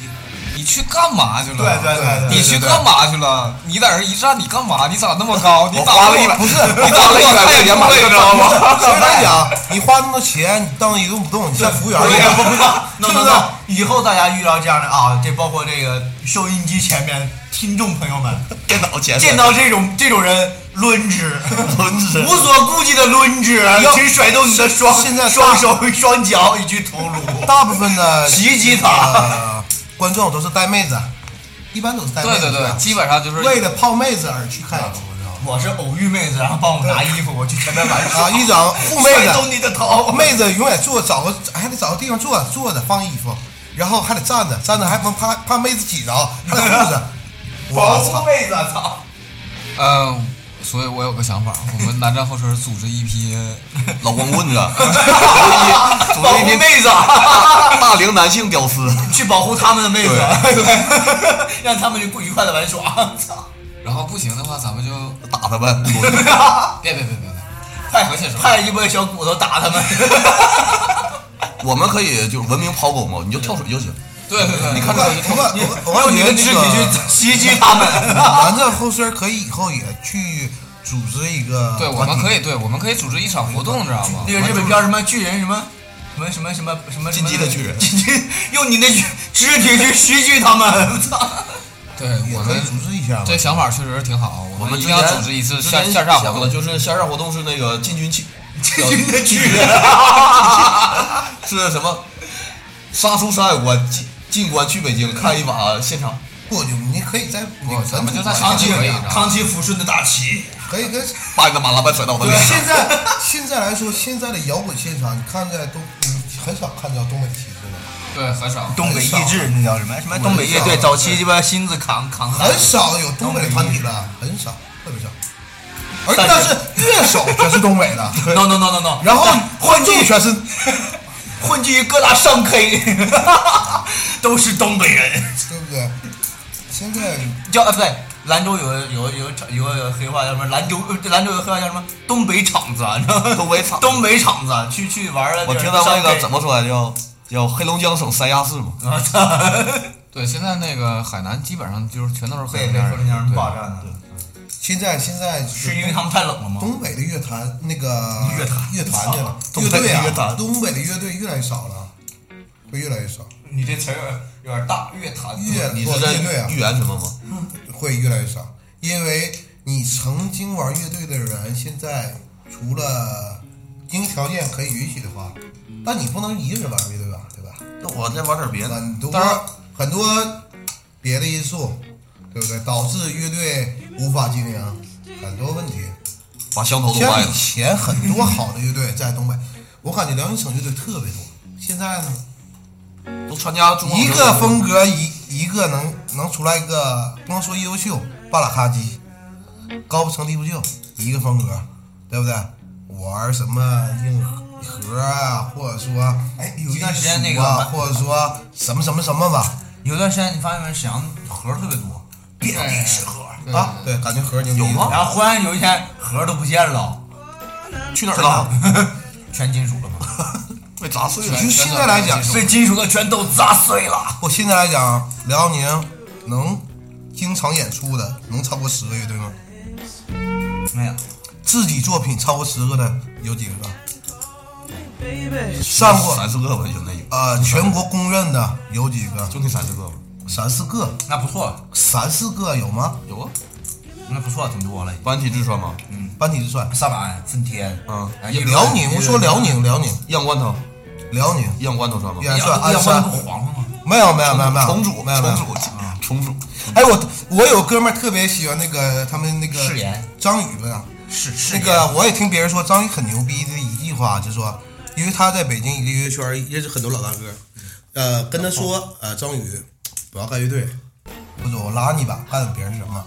[SPEAKER 1] 你你去干嘛去了？
[SPEAKER 3] 对对对对对
[SPEAKER 1] 你去干嘛去了？你在这一站，你干嘛？你长那么高，你
[SPEAKER 2] 我
[SPEAKER 1] 打
[SPEAKER 2] 花了
[SPEAKER 1] 我
[SPEAKER 2] 一百，不是，
[SPEAKER 1] 你
[SPEAKER 2] 我
[SPEAKER 1] 打我
[SPEAKER 2] 花了一百块钱买这个，知道 吗？
[SPEAKER 4] 我跟你讲，你花那么多钱，你当一动不动，你像服务员
[SPEAKER 3] 不
[SPEAKER 4] 一样。
[SPEAKER 3] 不不，是不是？以后大家遇到这样的啊，这包括这个收音机前面听众朋友们，
[SPEAKER 2] 电脑前面
[SPEAKER 3] 见到这种这种人，抡之。
[SPEAKER 2] 轮子
[SPEAKER 3] 无所顾忌的抡之，请甩动你的双
[SPEAKER 4] 哎现在
[SPEAKER 3] 双手、双脚以及头颅，
[SPEAKER 4] 大部分的
[SPEAKER 3] 袭击他。
[SPEAKER 4] 呃观众都是带妹子，一般都是带妹
[SPEAKER 1] 对
[SPEAKER 4] 子。
[SPEAKER 1] 对对，基本上啊就是
[SPEAKER 4] 为了泡妹子而去看演出，知道吗？
[SPEAKER 3] 我是偶遇妹子，然后帮我拿衣服，我去前面玩
[SPEAKER 4] 啊，一掌护妹
[SPEAKER 3] 甩动
[SPEAKER 4] 子，
[SPEAKER 3] 你的头。
[SPEAKER 4] 哦妹子永远坐，找个还得找个地方坐，坐着放衣服，然后还得站着，站着还不能怕怕妹子挤着，还得 护着。
[SPEAKER 3] 保
[SPEAKER 4] 我
[SPEAKER 3] 护
[SPEAKER 4] 操！
[SPEAKER 3] 妹子，操！
[SPEAKER 1] 呃，所以我有个想法，我们南站后身组织一批，
[SPEAKER 2] 老光棍子，组织一批妹子，大龄男性屌丝，
[SPEAKER 3] 去保护他们的妹子， 让他们去不愉快的玩 耍。操！
[SPEAKER 1] 然后不行的话，咱们就
[SPEAKER 2] 打他呗，
[SPEAKER 1] 别别别别别，
[SPEAKER 3] 派
[SPEAKER 1] 回去是吧
[SPEAKER 3] 派一波小骨头打他 们。
[SPEAKER 2] 我们可以就是文明抛狗嘛，你就跳水就行。
[SPEAKER 1] 对对对，你
[SPEAKER 2] 你看
[SPEAKER 4] 我
[SPEAKER 2] 这
[SPEAKER 4] 我我我
[SPEAKER 3] 用
[SPEAKER 4] 感
[SPEAKER 3] 你
[SPEAKER 4] 觉
[SPEAKER 3] 的
[SPEAKER 4] 那
[SPEAKER 3] 肢体
[SPEAKER 4] 个
[SPEAKER 3] 去袭击他们。
[SPEAKER 4] 咱这后身可以以后也去组织一个
[SPEAKER 1] 对，我
[SPEAKER 4] 团
[SPEAKER 1] 们
[SPEAKER 4] 体
[SPEAKER 1] 可以，对，我们可以组织一场活动，知道吗
[SPEAKER 3] 那？个日本片儿什么巨人什么什么什么什么什么
[SPEAKER 2] 进击的巨人
[SPEAKER 3] 进击用你的肢体去袭击他们，操！
[SPEAKER 1] 对
[SPEAKER 4] 也
[SPEAKER 1] 我
[SPEAKER 4] 可以
[SPEAKER 1] 们
[SPEAKER 4] 组织一下嘛。
[SPEAKER 1] 这想法确实挺好，我
[SPEAKER 2] 我们
[SPEAKER 1] 们一
[SPEAKER 2] 之
[SPEAKER 1] 定要
[SPEAKER 2] 前
[SPEAKER 1] 组织一次
[SPEAKER 2] 之
[SPEAKER 1] 线
[SPEAKER 2] 前
[SPEAKER 1] 线上活
[SPEAKER 2] 想的
[SPEAKER 1] 动，
[SPEAKER 2] 就是线上活动是那个进军器，
[SPEAKER 3] 进击的巨人，
[SPEAKER 2] 是什么？杀出山海关，进进关去北京看一把现场。
[SPEAKER 4] 不，就你可以在那
[SPEAKER 1] 不
[SPEAKER 4] 个
[SPEAKER 1] 咱们就在
[SPEAKER 4] 团
[SPEAKER 1] 长
[SPEAKER 3] 扛
[SPEAKER 1] 期
[SPEAKER 3] 起
[SPEAKER 1] 可以的
[SPEAKER 3] 扛起抚顺的大旗，
[SPEAKER 4] 可以跟。
[SPEAKER 2] 把你的麻辣拌甩到我的
[SPEAKER 4] 啊
[SPEAKER 2] 脸，上。
[SPEAKER 4] 对现在现在来说，现在的摇滚现场，你看在东，嗯很少看到东北旗帜了，
[SPEAKER 1] 对，很少。
[SPEAKER 3] 东北意志那叫什么？什么东北乐队？早期鸡巴新子扛扛的，
[SPEAKER 4] 很少有东北的团体了，很少，特别少。而嗯但是乐手全是东 北的，
[SPEAKER 3] No no no no no，
[SPEAKER 4] 然后
[SPEAKER 3] 混
[SPEAKER 4] 观众
[SPEAKER 3] 迹
[SPEAKER 4] 全是
[SPEAKER 3] 混迹于各大上 K，都是东北人。
[SPEAKER 4] 对不对？现在
[SPEAKER 3] 叫啊不对，兰州有个有个有个厂有个有个黑话叫什么？兰州呃兰州有个黑话叫什么？东北厂子啊，你知道吗？
[SPEAKER 2] 东北厂
[SPEAKER 3] 东北厂子啊，去去玩了。
[SPEAKER 2] 我听到那个怎么说来叫叫黑龙江省三亚市嘛，
[SPEAKER 3] 我 操！
[SPEAKER 1] 对，现在那个海南基本上就是全都是黑
[SPEAKER 3] 被
[SPEAKER 1] 龙
[SPEAKER 3] 被
[SPEAKER 1] 江
[SPEAKER 3] 黑龙江人
[SPEAKER 1] 对
[SPEAKER 3] 霸占了，
[SPEAKER 4] 现在现在就是
[SPEAKER 3] 是因为他们太冷了吗？
[SPEAKER 4] 东北的乐坛那个
[SPEAKER 3] 乐坛
[SPEAKER 4] 乐团去了，
[SPEAKER 2] 操
[SPEAKER 4] 乐
[SPEAKER 2] 东北
[SPEAKER 4] 队
[SPEAKER 2] 的乐
[SPEAKER 4] 啊，
[SPEAKER 2] 坛
[SPEAKER 4] 东北的乐队越来越少了，会越来越少。
[SPEAKER 3] 你这词儿有点大，越弹
[SPEAKER 4] 越
[SPEAKER 2] 你是在
[SPEAKER 4] 乐队啊
[SPEAKER 2] 预言什么吗？
[SPEAKER 4] 会越来越少，因为你曾经玩乐队的人，现在除了经济条件可以允许的话，但你不能一个人玩乐队吧，对吧？
[SPEAKER 2] 那我再玩点别的。
[SPEAKER 4] 很多
[SPEAKER 2] 当然，
[SPEAKER 4] 很多别的因素，对不对？导致乐队无法经营，很多问题。
[SPEAKER 2] 把香头都
[SPEAKER 4] 像
[SPEAKER 2] 卖
[SPEAKER 4] 以
[SPEAKER 2] 了。
[SPEAKER 4] 前很多好的乐队在东北，我感觉辽宁省乐队特别多。现在呢，
[SPEAKER 2] 都参加中国
[SPEAKER 4] 一个风格一一个能能出来一个，不能说优秀，半拉咔叽，高不成低不就，一个风格，对不对？玩什么硬核啊，或者说
[SPEAKER 3] 哎有
[SPEAKER 4] 有啊
[SPEAKER 3] 一段时间那个
[SPEAKER 4] 或者说什么什么什么吧，
[SPEAKER 3] 有段时间你发现没，沈阳盒儿特别多，遍地是盒儿。
[SPEAKER 4] 啊，对，感觉盒牛逼。
[SPEAKER 2] 有吗
[SPEAKER 3] 然后忽然有一天盒儿都不见了，
[SPEAKER 2] 去哪儿了？
[SPEAKER 3] 全金属了嘛，
[SPEAKER 2] 被砸碎了。
[SPEAKER 4] 就现在来讲，
[SPEAKER 3] 所以 金属的全都砸碎了。
[SPEAKER 4] 我现在来讲，辽宁能经常演出的能超过十个乐队吗？
[SPEAKER 3] 没有，
[SPEAKER 4] 自己作品超过十个的有几个？
[SPEAKER 6] baby，
[SPEAKER 4] 上过
[SPEAKER 2] 三四个吧，就那有，
[SPEAKER 4] 呃全国公认的有几个？
[SPEAKER 2] 就那三四个吧。
[SPEAKER 4] 三四个，
[SPEAKER 3] 那不错，
[SPEAKER 4] 三四个有吗？
[SPEAKER 2] 有啊，
[SPEAKER 3] 那不错，挺多了。
[SPEAKER 2] 班体之川吗？
[SPEAKER 4] 班体之帅，
[SPEAKER 3] 萨满、顺天，
[SPEAKER 2] 嗯
[SPEAKER 3] 哎
[SPEAKER 2] 也
[SPEAKER 4] 辽宁，我说辽，宁，辽宁，
[SPEAKER 2] 样罐头，
[SPEAKER 4] 辽宁，
[SPEAKER 2] 样罐头川吗？
[SPEAKER 4] 元帅，
[SPEAKER 3] 要
[SPEAKER 4] 鞍
[SPEAKER 3] 要不然不
[SPEAKER 4] 山，
[SPEAKER 3] 黄了吗？
[SPEAKER 4] 没有没有没有没有，
[SPEAKER 2] 重组，
[SPEAKER 4] 没有没
[SPEAKER 2] 重
[SPEAKER 4] 有
[SPEAKER 2] 组，重组。
[SPEAKER 4] 哎，我我有哥们儿特别喜欢那个他们那个
[SPEAKER 3] 誓言
[SPEAKER 4] 张宇吧，
[SPEAKER 3] 是是
[SPEAKER 4] 那个我也听别人说张宇很牛逼的一句话，就说因为他在北京一个乐圈儿认识很多老大哥，呃，跟他说，呃，张宇，我要干乐队，或者我拉你一把，干点别人什么。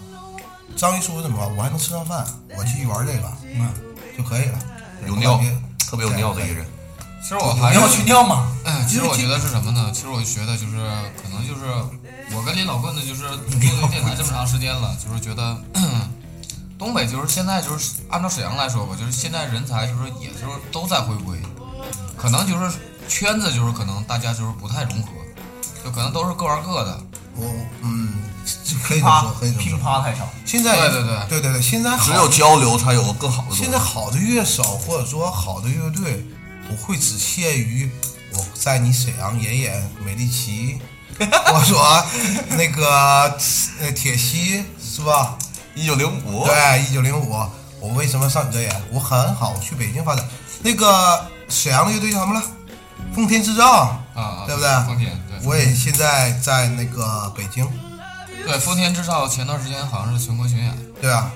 [SPEAKER 4] 张宇说我怎么了？我还能吃上饭，我去玩这个，嗯，就可以了。
[SPEAKER 2] 有尿
[SPEAKER 4] 我感觉，
[SPEAKER 2] 特别有尿的一个人。
[SPEAKER 1] 其实我还
[SPEAKER 3] 你
[SPEAKER 1] 是
[SPEAKER 3] 要去尿吗？
[SPEAKER 1] 哎，其实我觉得是什么呢？其实我觉得就是，可能就是我跟李老棍子就是做这个电台这么长时间了，就是觉得东北就是现在就是按照沈阳来说吧，就是现在人才就是也就是都在回归，可能就是圈子就是可能大家就是不太融合，就可能都是各玩各的。
[SPEAKER 4] 我嗯，这可以
[SPEAKER 3] 噼
[SPEAKER 4] 这么说
[SPEAKER 3] 啪，
[SPEAKER 4] 可以这么
[SPEAKER 3] 噼
[SPEAKER 4] 说。
[SPEAKER 3] 啪太少，
[SPEAKER 4] 现在
[SPEAKER 1] 对对对
[SPEAKER 4] 对对对，现在
[SPEAKER 2] 只
[SPEAKER 4] 好
[SPEAKER 2] 有交流才有更好的东西。
[SPEAKER 4] 现在好的乐手或者说好的乐队不会只限于我在你沈阳演演美丽奇， 我说那个呃铁西是吧？
[SPEAKER 2] 一九零五，
[SPEAKER 4] 对，一九零五，我为什么上你这演？我很好，我去北京发展。那个沈阳的乐队叫什么了？奉天制造
[SPEAKER 1] 啊
[SPEAKER 4] 对不对？
[SPEAKER 1] 丰田对
[SPEAKER 4] 我也现在在那个北京，
[SPEAKER 1] 对，丰田制造前段时间好像是全国巡演，
[SPEAKER 4] 对啊，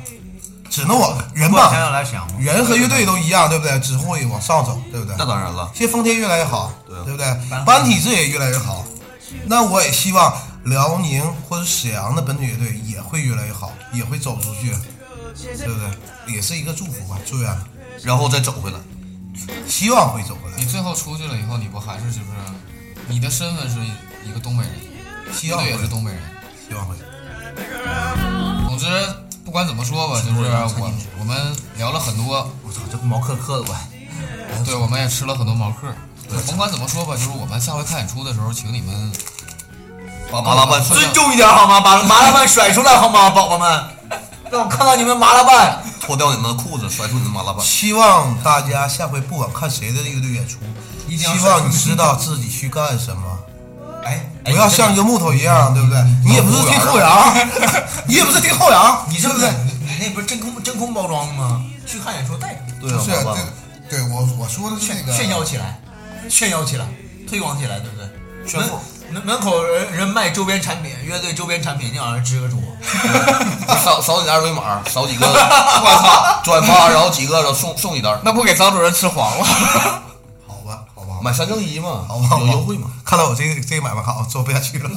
[SPEAKER 4] 只能往人
[SPEAKER 3] 过两天
[SPEAKER 4] 嘛，
[SPEAKER 3] 要来沈阳吗？
[SPEAKER 4] 人和乐队都一样，对不对？只会往上走，对不对？
[SPEAKER 2] 那当然了，
[SPEAKER 4] 现在丰田越来越好，
[SPEAKER 2] 对啊
[SPEAKER 4] 对不对
[SPEAKER 3] 班？
[SPEAKER 4] 班体制也越来越好，那我也希望辽宁或者沈阳的本土乐队也会越来越好，也会走出去，对不对？也是一个祝福吧，祝愿吧，
[SPEAKER 2] 然后再走回来。
[SPEAKER 4] 希望会走回
[SPEAKER 1] 你
[SPEAKER 4] 来，
[SPEAKER 1] 最后出去了以后，你不还是就是你的身份是一个东北人，
[SPEAKER 4] 希
[SPEAKER 1] 乐
[SPEAKER 4] 望
[SPEAKER 1] 队
[SPEAKER 4] 会
[SPEAKER 1] 也是东北人。
[SPEAKER 4] 希望会。
[SPEAKER 1] 总之，不管怎么说吧，就是我我们聊了很多，
[SPEAKER 3] 我操，这毛克克的我，
[SPEAKER 1] 对，我们也吃了很多毛嗑。甭管怎么说吧，就是我们下回看演出的时候，请你们
[SPEAKER 2] 把麻辣拌
[SPEAKER 1] 对
[SPEAKER 2] 顺
[SPEAKER 3] 尊重一点好吗？把麻辣拌甩出来好吗，宝宝们？让我看到你们麻辣拌。
[SPEAKER 2] 脱掉你们的裤子，甩出你的麻辣拌。
[SPEAKER 4] 希望大家下回不管看谁的乐队演出，
[SPEAKER 3] 一定要
[SPEAKER 4] 希望你知道自己去干什么，
[SPEAKER 3] 哎，
[SPEAKER 4] 不要像一个木头一样，对不对？你也不是听后摇，你也不是听后摇，
[SPEAKER 3] 你这
[SPEAKER 4] 对
[SPEAKER 3] 不
[SPEAKER 4] 不
[SPEAKER 3] 是
[SPEAKER 4] 对？
[SPEAKER 3] 你那不是真空真空包装的吗？去看演出带着，
[SPEAKER 2] 对
[SPEAKER 4] 就
[SPEAKER 2] 啊，
[SPEAKER 4] 是
[SPEAKER 2] 麻辣
[SPEAKER 4] 对
[SPEAKER 2] 拌。，
[SPEAKER 4] 对我我说的是那个
[SPEAKER 3] 炫耀起来，炫耀起来，推广起来，对不对？
[SPEAKER 2] 炫
[SPEAKER 3] 门
[SPEAKER 2] 富
[SPEAKER 3] 门门口人人卖周边产品，乐队周边产品，你往上支个桌，
[SPEAKER 2] 扫扫几个二维码，扫几个，我操，转发，然后几个，然后送送一袋儿，
[SPEAKER 1] 那不给张主任吃黄了。
[SPEAKER 4] 好吧，好吧，好吧
[SPEAKER 2] 买三赠一嘛，
[SPEAKER 4] 好吧，好吧
[SPEAKER 2] 有优惠嘛。？
[SPEAKER 4] 看来我这个这个买卖好做不下去了。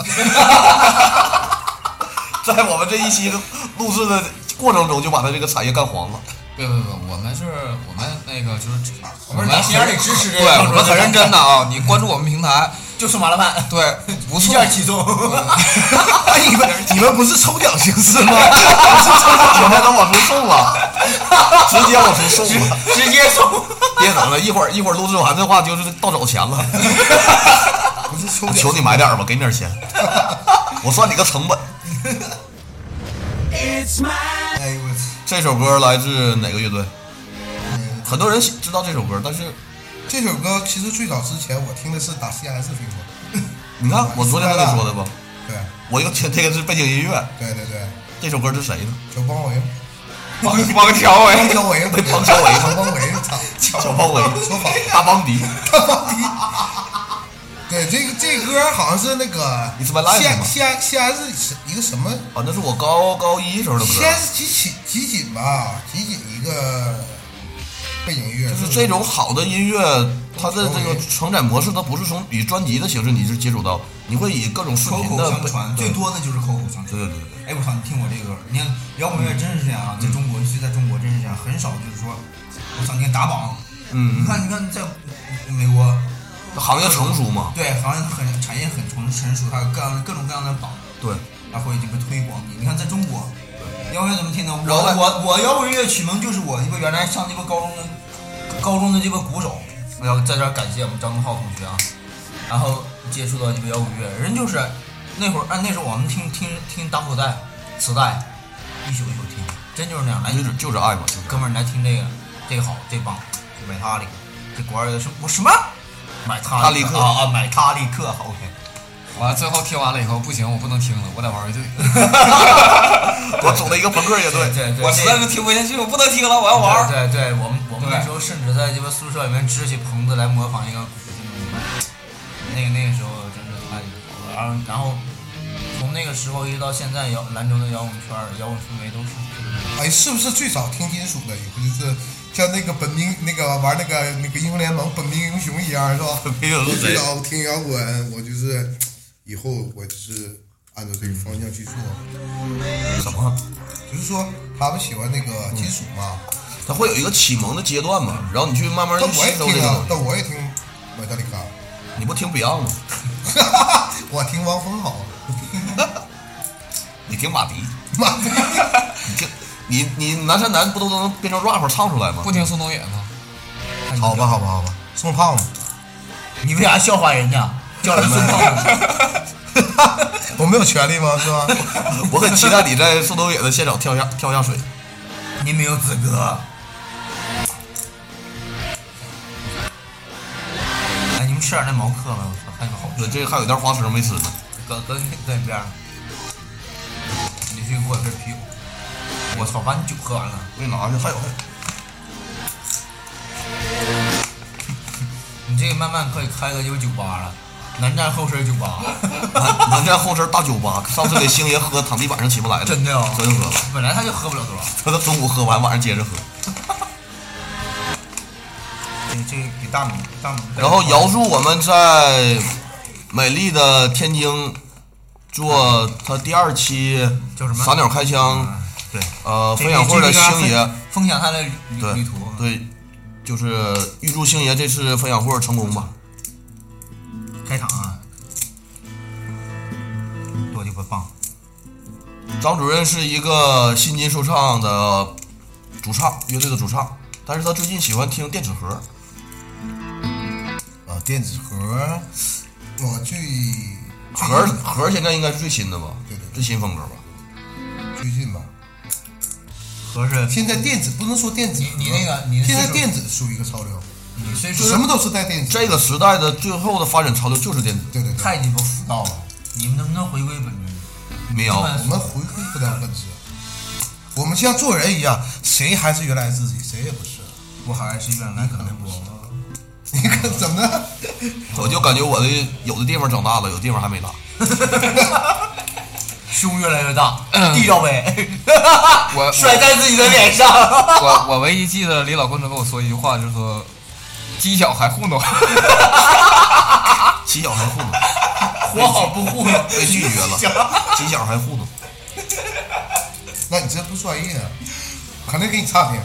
[SPEAKER 2] 在我们这一期的录制的过程中，就把他这个产业干黄了。
[SPEAKER 1] 别别别，我们是我们那个就是我
[SPEAKER 3] 不
[SPEAKER 1] 们
[SPEAKER 3] 是打心眼里支持这
[SPEAKER 1] 对
[SPEAKER 3] 个，
[SPEAKER 1] 我们很认真的啊！你关注我们平台，
[SPEAKER 3] 就送麻辣拌，
[SPEAKER 1] 对，不
[SPEAKER 3] 一
[SPEAKER 1] 错，
[SPEAKER 3] 件起送。
[SPEAKER 4] 你们你们不是抽奖形 式吗？
[SPEAKER 2] 我们能往出送啊了， 直接往出送了。
[SPEAKER 3] 直接送，
[SPEAKER 2] 别等了，一会儿一会儿录制完的话，就是到手钱了。
[SPEAKER 4] 不是抽
[SPEAKER 2] 求
[SPEAKER 4] 奖，
[SPEAKER 2] 你买点儿吧，给你点儿钱， 我算你个成本。
[SPEAKER 4] 哎呦我操！
[SPEAKER 2] 这首歌来自哪个乐队？很多人喜知道这首歌，但是
[SPEAKER 4] 这首歌其实最早之前我听的是打 CS 听过，
[SPEAKER 2] 你看我昨天跟你说的吧，
[SPEAKER 4] 对
[SPEAKER 2] 我又听这个是背景音乐，
[SPEAKER 4] 对对对，
[SPEAKER 2] 这首歌是谁的？
[SPEAKER 4] 小帮我呀，
[SPEAKER 2] 王王乔伟，
[SPEAKER 4] 帮小维，
[SPEAKER 2] 对，王哎乔伟，
[SPEAKER 4] 小帮维，操，
[SPEAKER 2] 小邦伟，
[SPEAKER 4] 说反了
[SPEAKER 2] 大邦迪，
[SPEAKER 4] 对，这个这歌好像是那个
[SPEAKER 2] It's my life
[SPEAKER 4] 先
[SPEAKER 2] 嘛
[SPEAKER 4] 先先是什一个什么，
[SPEAKER 2] 啊，那是我高高一时候的歌，
[SPEAKER 4] 先是集锦集锦吧，集锦一个背景音乐，
[SPEAKER 2] 就是这种好的音乐，它的这个承载模式，它不是从以专辑的形式你是接触到，你会以各种视
[SPEAKER 3] 口
[SPEAKER 2] 频
[SPEAKER 3] 口
[SPEAKER 2] 的
[SPEAKER 3] 相传，
[SPEAKER 2] 对
[SPEAKER 3] 最多的就是口口相传。
[SPEAKER 2] 对对对对
[SPEAKER 3] 哎，我操！你听我这个歌，你看摇滚乐真是这样啊，在中国，尤其在中国真是这样，很少就是说，我操，你看打榜，
[SPEAKER 2] 嗯
[SPEAKER 3] 你看你看在美国，
[SPEAKER 2] 行业成熟嘛，
[SPEAKER 3] 对，行业很产业很成成熟，它有各样的各种各样的榜，
[SPEAKER 2] 对，
[SPEAKER 3] 然后这个推广你。你看在中国，摇滚乐怎么听呢？我
[SPEAKER 2] 然后
[SPEAKER 3] 我我摇滚乐启蒙就是我一个原来上这个高中的高中的这个鼓手，我要在这儿感谢我们张东浩同学啊，然后接触到这个摇滚乐，人就是那会儿啊，那时候我们听听听打口袋、磁带，一宿一宿听，真就是那样。来，哎
[SPEAKER 2] 就是就是爱嘛，就是
[SPEAKER 3] 哥们儿，你来听这个，这个好，这棒，就买它这个，这国外的是我什么？买它
[SPEAKER 2] 塔利克
[SPEAKER 3] 啊啊，买它立克好，OK。
[SPEAKER 1] 完了最后听完了以后，不行，我不能听了，我得玩乐队，
[SPEAKER 2] 我组了一个朋克乐队，
[SPEAKER 3] 对 对，
[SPEAKER 1] 我
[SPEAKER 3] 这
[SPEAKER 1] 实在是听不下去，我不能听了，我要玩儿。
[SPEAKER 3] 对对对，我们我
[SPEAKER 1] 对
[SPEAKER 3] 们那时候甚至在鸡巴宿舍里面支起棚子来模仿一个古筝那个那个时候真是太然后然后从那个时候一直到现在摇兰州的摇滚圈儿摇滚氛围都是
[SPEAKER 4] 哎，是不是最早听金属的，也不就是像那个本命那个玩那个那个英雄联盟本命英雄一样，是吧？
[SPEAKER 2] 没有
[SPEAKER 4] 我
[SPEAKER 2] 是
[SPEAKER 4] 最
[SPEAKER 2] 谁？
[SPEAKER 4] 早听摇滚，我就是以后我就是按照这个方向去做，
[SPEAKER 2] 什么？
[SPEAKER 4] 就是说他们喜欢那个金属嘛，
[SPEAKER 2] 它会有一个启蒙的阶段嘛，然后你去慢慢
[SPEAKER 4] 但
[SPEAKER 2] 去
[SPEAKER 4] 我
[SPEAKER 2] 吸
[SPEAKER 4] 也
[SPEAKER 2] 收这
[SPEAKER 4] 听
[SPEAKER 2] 个
[SPEAKER 4] 啊，
[SPEAKER 2] 东西。
[SPEAKER 4] 但我也听马德里卡。
[SPEAKER 2] 你不听 Beyond 吗？
[SPEAKER 4] 啊我听汪峰好，
[SPEAKER 2] 你听马迪，
[SPEAKER 4] 妈的，
[SPEAKER 2] 你听你你南山南不都能变成 rap 唱出来吗
[SPEAKER 1] 不？听宋冬野吗？
[SPEAKER 4] 好吧好吧好吧，宋胖子，
[SPEAKER 3] 你为啥笑话人家？叫人孙胖子，
[SPEAKER 4] 我没有权利吗？是吧？
[SPEAKER 2] 我很期待你在宋冬野的现场跳下跳下水。
[SPEAKER 3] 你没有资格。哎，你们吃点那毛克吧，我操，看你们好
[SPEAKER 2] 对，这还有一袋花生没吃呢。
[SPEAKER 3] 搁搁搁一边儿，你去给我瓶啤酒。我操，把你酒喝完了。
[SPEAKER 2] 我给你拿去，还有还有。
[SPEAKER 3] 你这个慢慢可以开个有酒吧了，南站后身酒吧，
[SPEAKER 2] 南南站后身大酒吧， 上次给星爷喝，躺地板上起不来了，
[SPEAKER 3] 真的啊
[SPEAKER 2] 真喝了。
[SPEAKER 3] 本来他就喝不了多少。
[SPEAKER 2] 他他中午喝完，晚上接着喝。
[SPEAKER 3] 这这给大米大米。
[SPEAKER 2] 然后姚柱我们在美丽的天津做他第二期
[SPEAKER 3] 叫什么
[SPEAKER 2] 撒鸟开枪，
[SPEAKER 3] 啊对
[SPEAKER 2] 呃，分享会的星爷，
[SPEAKER 3] 分享他的旅
[SPEAKER 2] 对
[SPEAKER 3] 旅途。
[SPEAKER 2] 对，就是预祝星爷这次分享会成功吧。
[SPEAKER 3] 开场啊，多鸡巴棒！
[SPEAKER 2] 张主任是一个新金说唱的主唱，乐队的主唱，但是他最近喜欢听电子盒，
[SPEAKER 4] 啊，电子盒，我最
[SPEAKER 2] 盒儿盒儿现在应该是最新的吧，
[SPEAKER 4] 对对对
[SPEAKER 2] 最新风格吧。
[SPEAKER 4] 最近吧，
[SPEAKER 3] 合适。
[SPEAKER 4] 现在电子不能说电子盒，
[SPEAKER 3] 你你那个你是
[SPEAKER 4] 现在
[SPEAKER 3] 说
[SPEAKER 4] 电子属于一个潮流，
[SPEAKER 3] 你虽说
[SPEAKER 4] 什么都是带电子，
[SPEAKER 2] 这个时代的最后的发展潮流就是电子
[SPEAKER 4] 对对对，
[SPEAKER 3] 太鸡巴浮躁了，啊你们能不能回归本质？
[SPEAKER 2] 民谣，
[SPEAKER 4] 我们回归不到本质，我们像做人一样，谁还是原来自己，谁也不是。
[SPEAKER 3] 我还是原来可能不。
[SPEAKER 4] 你看怎么 的？
[SPEAKER 2] 我就感觉我的有的地方长大了，有地方还没大。
[SPEAKER 3] 胸越来越大，
[SPEAKER 1] 嗯
[SPEAKER 3] 地道呗，
[SPEAKER 1] 我
[SPEAKER 3] 摔在自己的脸上。
[SPEAKER 1] 我我唯一记得李老棍子跟我说一句话，就是说鸡小还糊弄，
[SPEAKER 2] 起脚还糊弄，
[SPEAKER 3] 活好不糊弄，
[SPEAKER 2] 被拒绝了。起脚还糊弄，
[SPEAKER 4] 那你这不专业啊，肯定给你差评。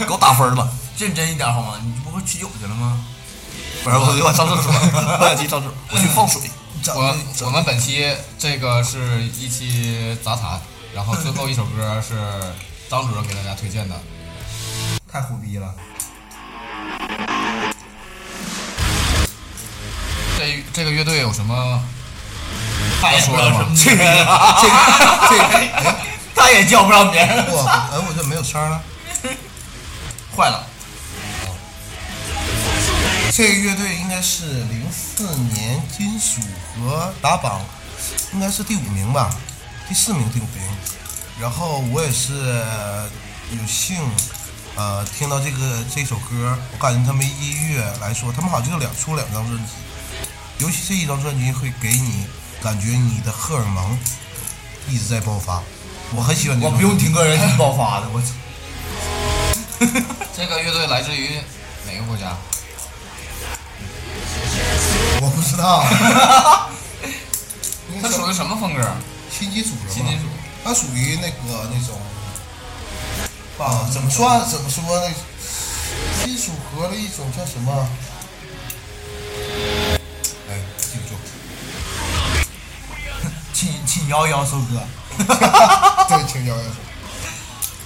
[SPEAKER 2] 给我打分了。
[SPEAKER 3] 认真一点好吗？你不会吃酒去了吗？
[SPEAKER 2] 不是，我我上厕所， 我想去上厕所，我去放水。
[SPEAKER 1] 我我们本期这个是一期杂谈，然后最后一首歌是张主任给大家推荐的，
[SPEAKER 3] 太虎逼了！
[SPEAKER 1] 这这个乐队有什么
[SPEAKER 3] 他也
[SPEAKER 1] 要说的吗？
[SPEAKER 3] 这个这个， 他也叫不上别人。
[SPEAKER 4] 我哎，我这没有声儿了。
[SPEAKER 3] 坏了，
[SPEAKER 6] It's
[SPEAKER 4] 这个乐队应该是零四年金属和打榜，应该是第五名吧，第四名、第五名。然后我也是有幸，呃，听到这个这首歌，我感觉他们音乐来说，他们好像就两出两张专辑，尤其这一张专辑会给你感觉你的荷尔蒙一直在爆发，我很喜欢这
[SPEAKER 3] 我
[SPEAKER 4] 种。
[SPEAKER 3] 不用 听个人是爆发的，我 操！
[SPEAKER 1] 这个乐队来自于哪个国家？
[SPEAKER 4] 我不知道，
[SPEAKER 1] 它属于什么风格？
[SPEAKER 4] 新金属了吗？
[SPEAKER 1] 新金属
[SPEAKER 4] 它属于那个那种，啊，怎么说？怎么说呢？金属和的一种叫什么？哎，记不住。
[SPEAKER 3] 请请瑶瑶收割，
[SPEAKER 4] 对，请摇摇手。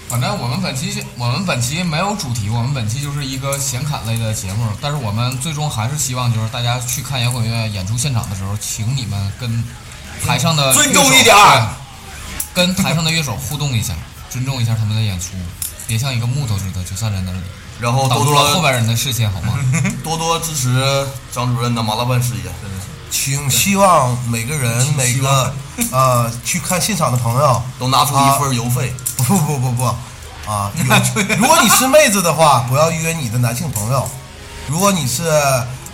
[SPEAKER 1] 反正我们本期我们本期没有主题，我们本期就是一个闲侃类的节目。但是我们最终还是希望就是大家去看摇滚乐演出现场的时候，请你们跟台上的
[SPEAKER 3] 尊
[SPEAKER 1] 乐手
[SPEAKER 3] 重一点儿
[SPEAKER 1] 对跟台上的乐手互动一下，尊重一下他们的演出，别像一个木头似的就站在那里，
[SPEAKER 2] 然后
[SPEAKER 1] 挡
[SPEAKER 2] 多
[SPEAKER 1] 住了后
[SPEAKER 2] 多
[SPEAKER 1] 边人的视线， 好吗？
[SPEAKER 2] 多多支持张主任的麻辣拌事业，真的是
[SPEAKER 4] 请希望每个人每个呃去看现场的朋友，
[SPEAKER 2] 都拿出一份邮费。
[SPEAKER 4] 不不不不不啊！ 有如果你是妹子的话，不要约你的男性朋友；如果你是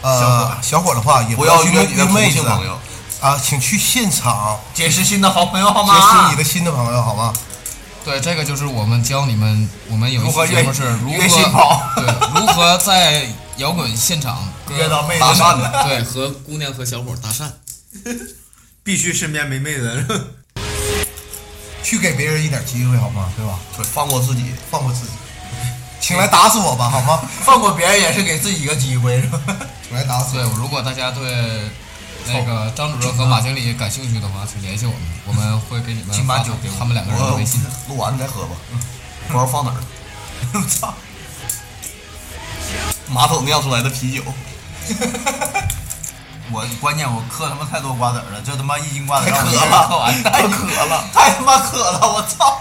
[SPEAKER 4] 呃小伙的话，也
[SPEAKER 2] 不
[SPEAKER 4] 要
[SPEAKER 2] 要
[SPEAKER 4] 去
[SPEAKER 2] 约你的
[SPEAKER 4] 约妹
[SPEAKER 2] 同
[SPEAKER 4] 子
[SPEAKER 2] 性朋友，
[SPEAKER 4] 啊，请去现场
[SPEAKER 3] 结识新的好朋友好
[SPEAKER 4] 结识
[SPEAKER 3] 吗
[SPEAKER 4] 你？的新的朋友，好吗？
[SPEAKER 1] 对，这个就是我们教你们，我们有一
[SPEAKER 3] 如何
[SPEAKER 1] 期节目是
[SPEAKER 3] 约
[SPEAKER 1] 如
[SPEAKER 3] 约新
[SPEAKER 1] 何
[SPEAKER 3] 跑
[SPEAKER 1] 对如何在摇滚现场跟
[SPEAKER 3] 约到妹子
[SPEAKER 2] 搭讪的，
[SPEAKER 1] 对和姑娘和小伙搭讪。
[SPEAKER 5] 必须身边没妹子。
[SPEAKER 4] 去给别人一点机会，好吗？对吧？
[SPEAKER 2] 对，放过自己。
[SPEAKER 4] 放过自己，请来打死我吧，好吗？
[SPEAKER 3] 放过别人也是给自己一个机会， 是吧？
[SPEAKER 4] 请来打死
[SPEAKER 1] 对，
[SPEAKER 4] 我。
[SPEAKER 1] 如果大家对那个张主任和马经理感兴趣的话，请联系我们，我们会给你们
[SPEAKER 3] 请把
[SPEAKER 1] 发
[SPEAKER 3] 酒给我
[SPEAKER 1] 他们两个人的微信。
[SPEAKER 2] 我 录完再喝吧，不知道放哪儿 了。
[SPEAKER 3] 操！
[SPEAKER 2] 马桶酿出来的啤酒，
[SPEAKER 3] 我关键我嗑他妈太多瓜子儿了，这他妈一斤瓜子儿 让我
[SPEAKER 2] 渴
[SPEAKER 3] 一人嗑完，
[SPEAKER 2] 了，
[SPEAKER 3] 太
[SPEAKER 2] 太渴了。
[SPEAKER 3] 太他妈渴了，我操！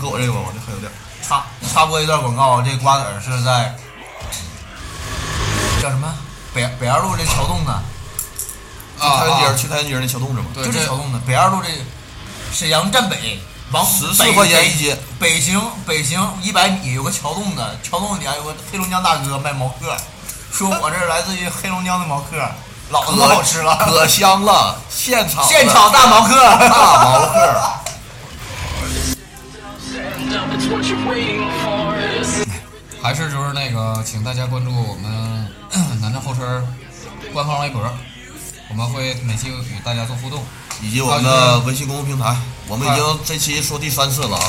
[SPEAKER 2] 搁我这个吧，我这还有点儿。
[SPEAKER 3] 插插播一段广告，这瓜子儿是在叫什么北北二路这桥洞呢？
[SPEAKER 1] 啊
[SPEAKER 2] 太原街
[SPEAKER 1] 啊
[SPEAKER 2] 儿，！去太原街儿那小洞子嘛。
[SPEAKER 1] 对，
[SPEAKER 3] 就
[SPEAKER 1] 这
[SPEAKER 3] 是桥洞呢，北二路这沈阳站北往
[SPEAKER 2] 十四块钱一斤，
[SPEAKER 3] 北行北行一百米有个桥洞子，桥洞底下有个黑龙江大哥卖毛嗑，说我这来自于黑龙江的毛嗑，老他妈
[SPEAKER 2] 可
[SPEAKER 3] 好吃了，
[SPEAKER 2] 可香了，现场的
[SPEAKER 3] 现场大毛嗑。
[SPEAKER 2] 大毛嗑。
[SPEAKER 1] 还是就是那个，请大家关注我们 南站后身儿官方微博，我们会每期与大家做互动。
[SPEAKER 2] 以及我们的微信公众平台，我们已经这期说第三次了啊。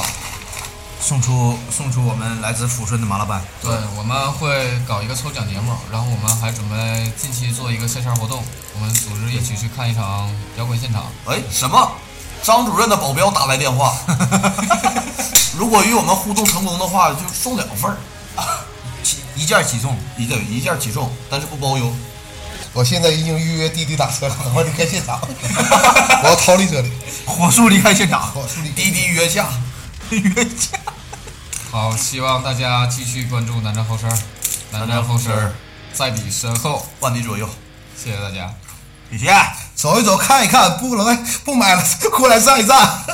[SPEAKER 3] 送出送出我们来自抚顺的麻辣拌，
[SPEAKER 1] 对，我们会搞一个抽奖节目，然后我们还准备近期做一个线下活动，我们组织一起去看一场摇滚现场。
[SPEAKER 2] 哎，什么？张主任的保镖打来电话， 如果与我们互动成功的话，就送两份儿，
[SPEAKER 3] 起一件起送。
[SPEAKER 2] 一件一件起送，但是不包邮。
[SPEAKER 4] 我现在已经预约滴滴打车了，我离开现场，我要逃离这里。
[SPEAKER 3] 火速离开现场，
[SPEAKER 4] 火速离开
[SPEAKER 2] 滴滴约架，
[SPEAKER 3] 约架。
[SPEAKER 1] 好，希望大家继续关注南站后身儿，南站后身儿在你身后，
[SPEAKER 2] 哦万里左右。
[SPEAKER 1] 谢谢大家。
[SPEAKER 3] 李杰。
[SPEAKER 4] 走一走，看一看，不来不买了，过来站一站。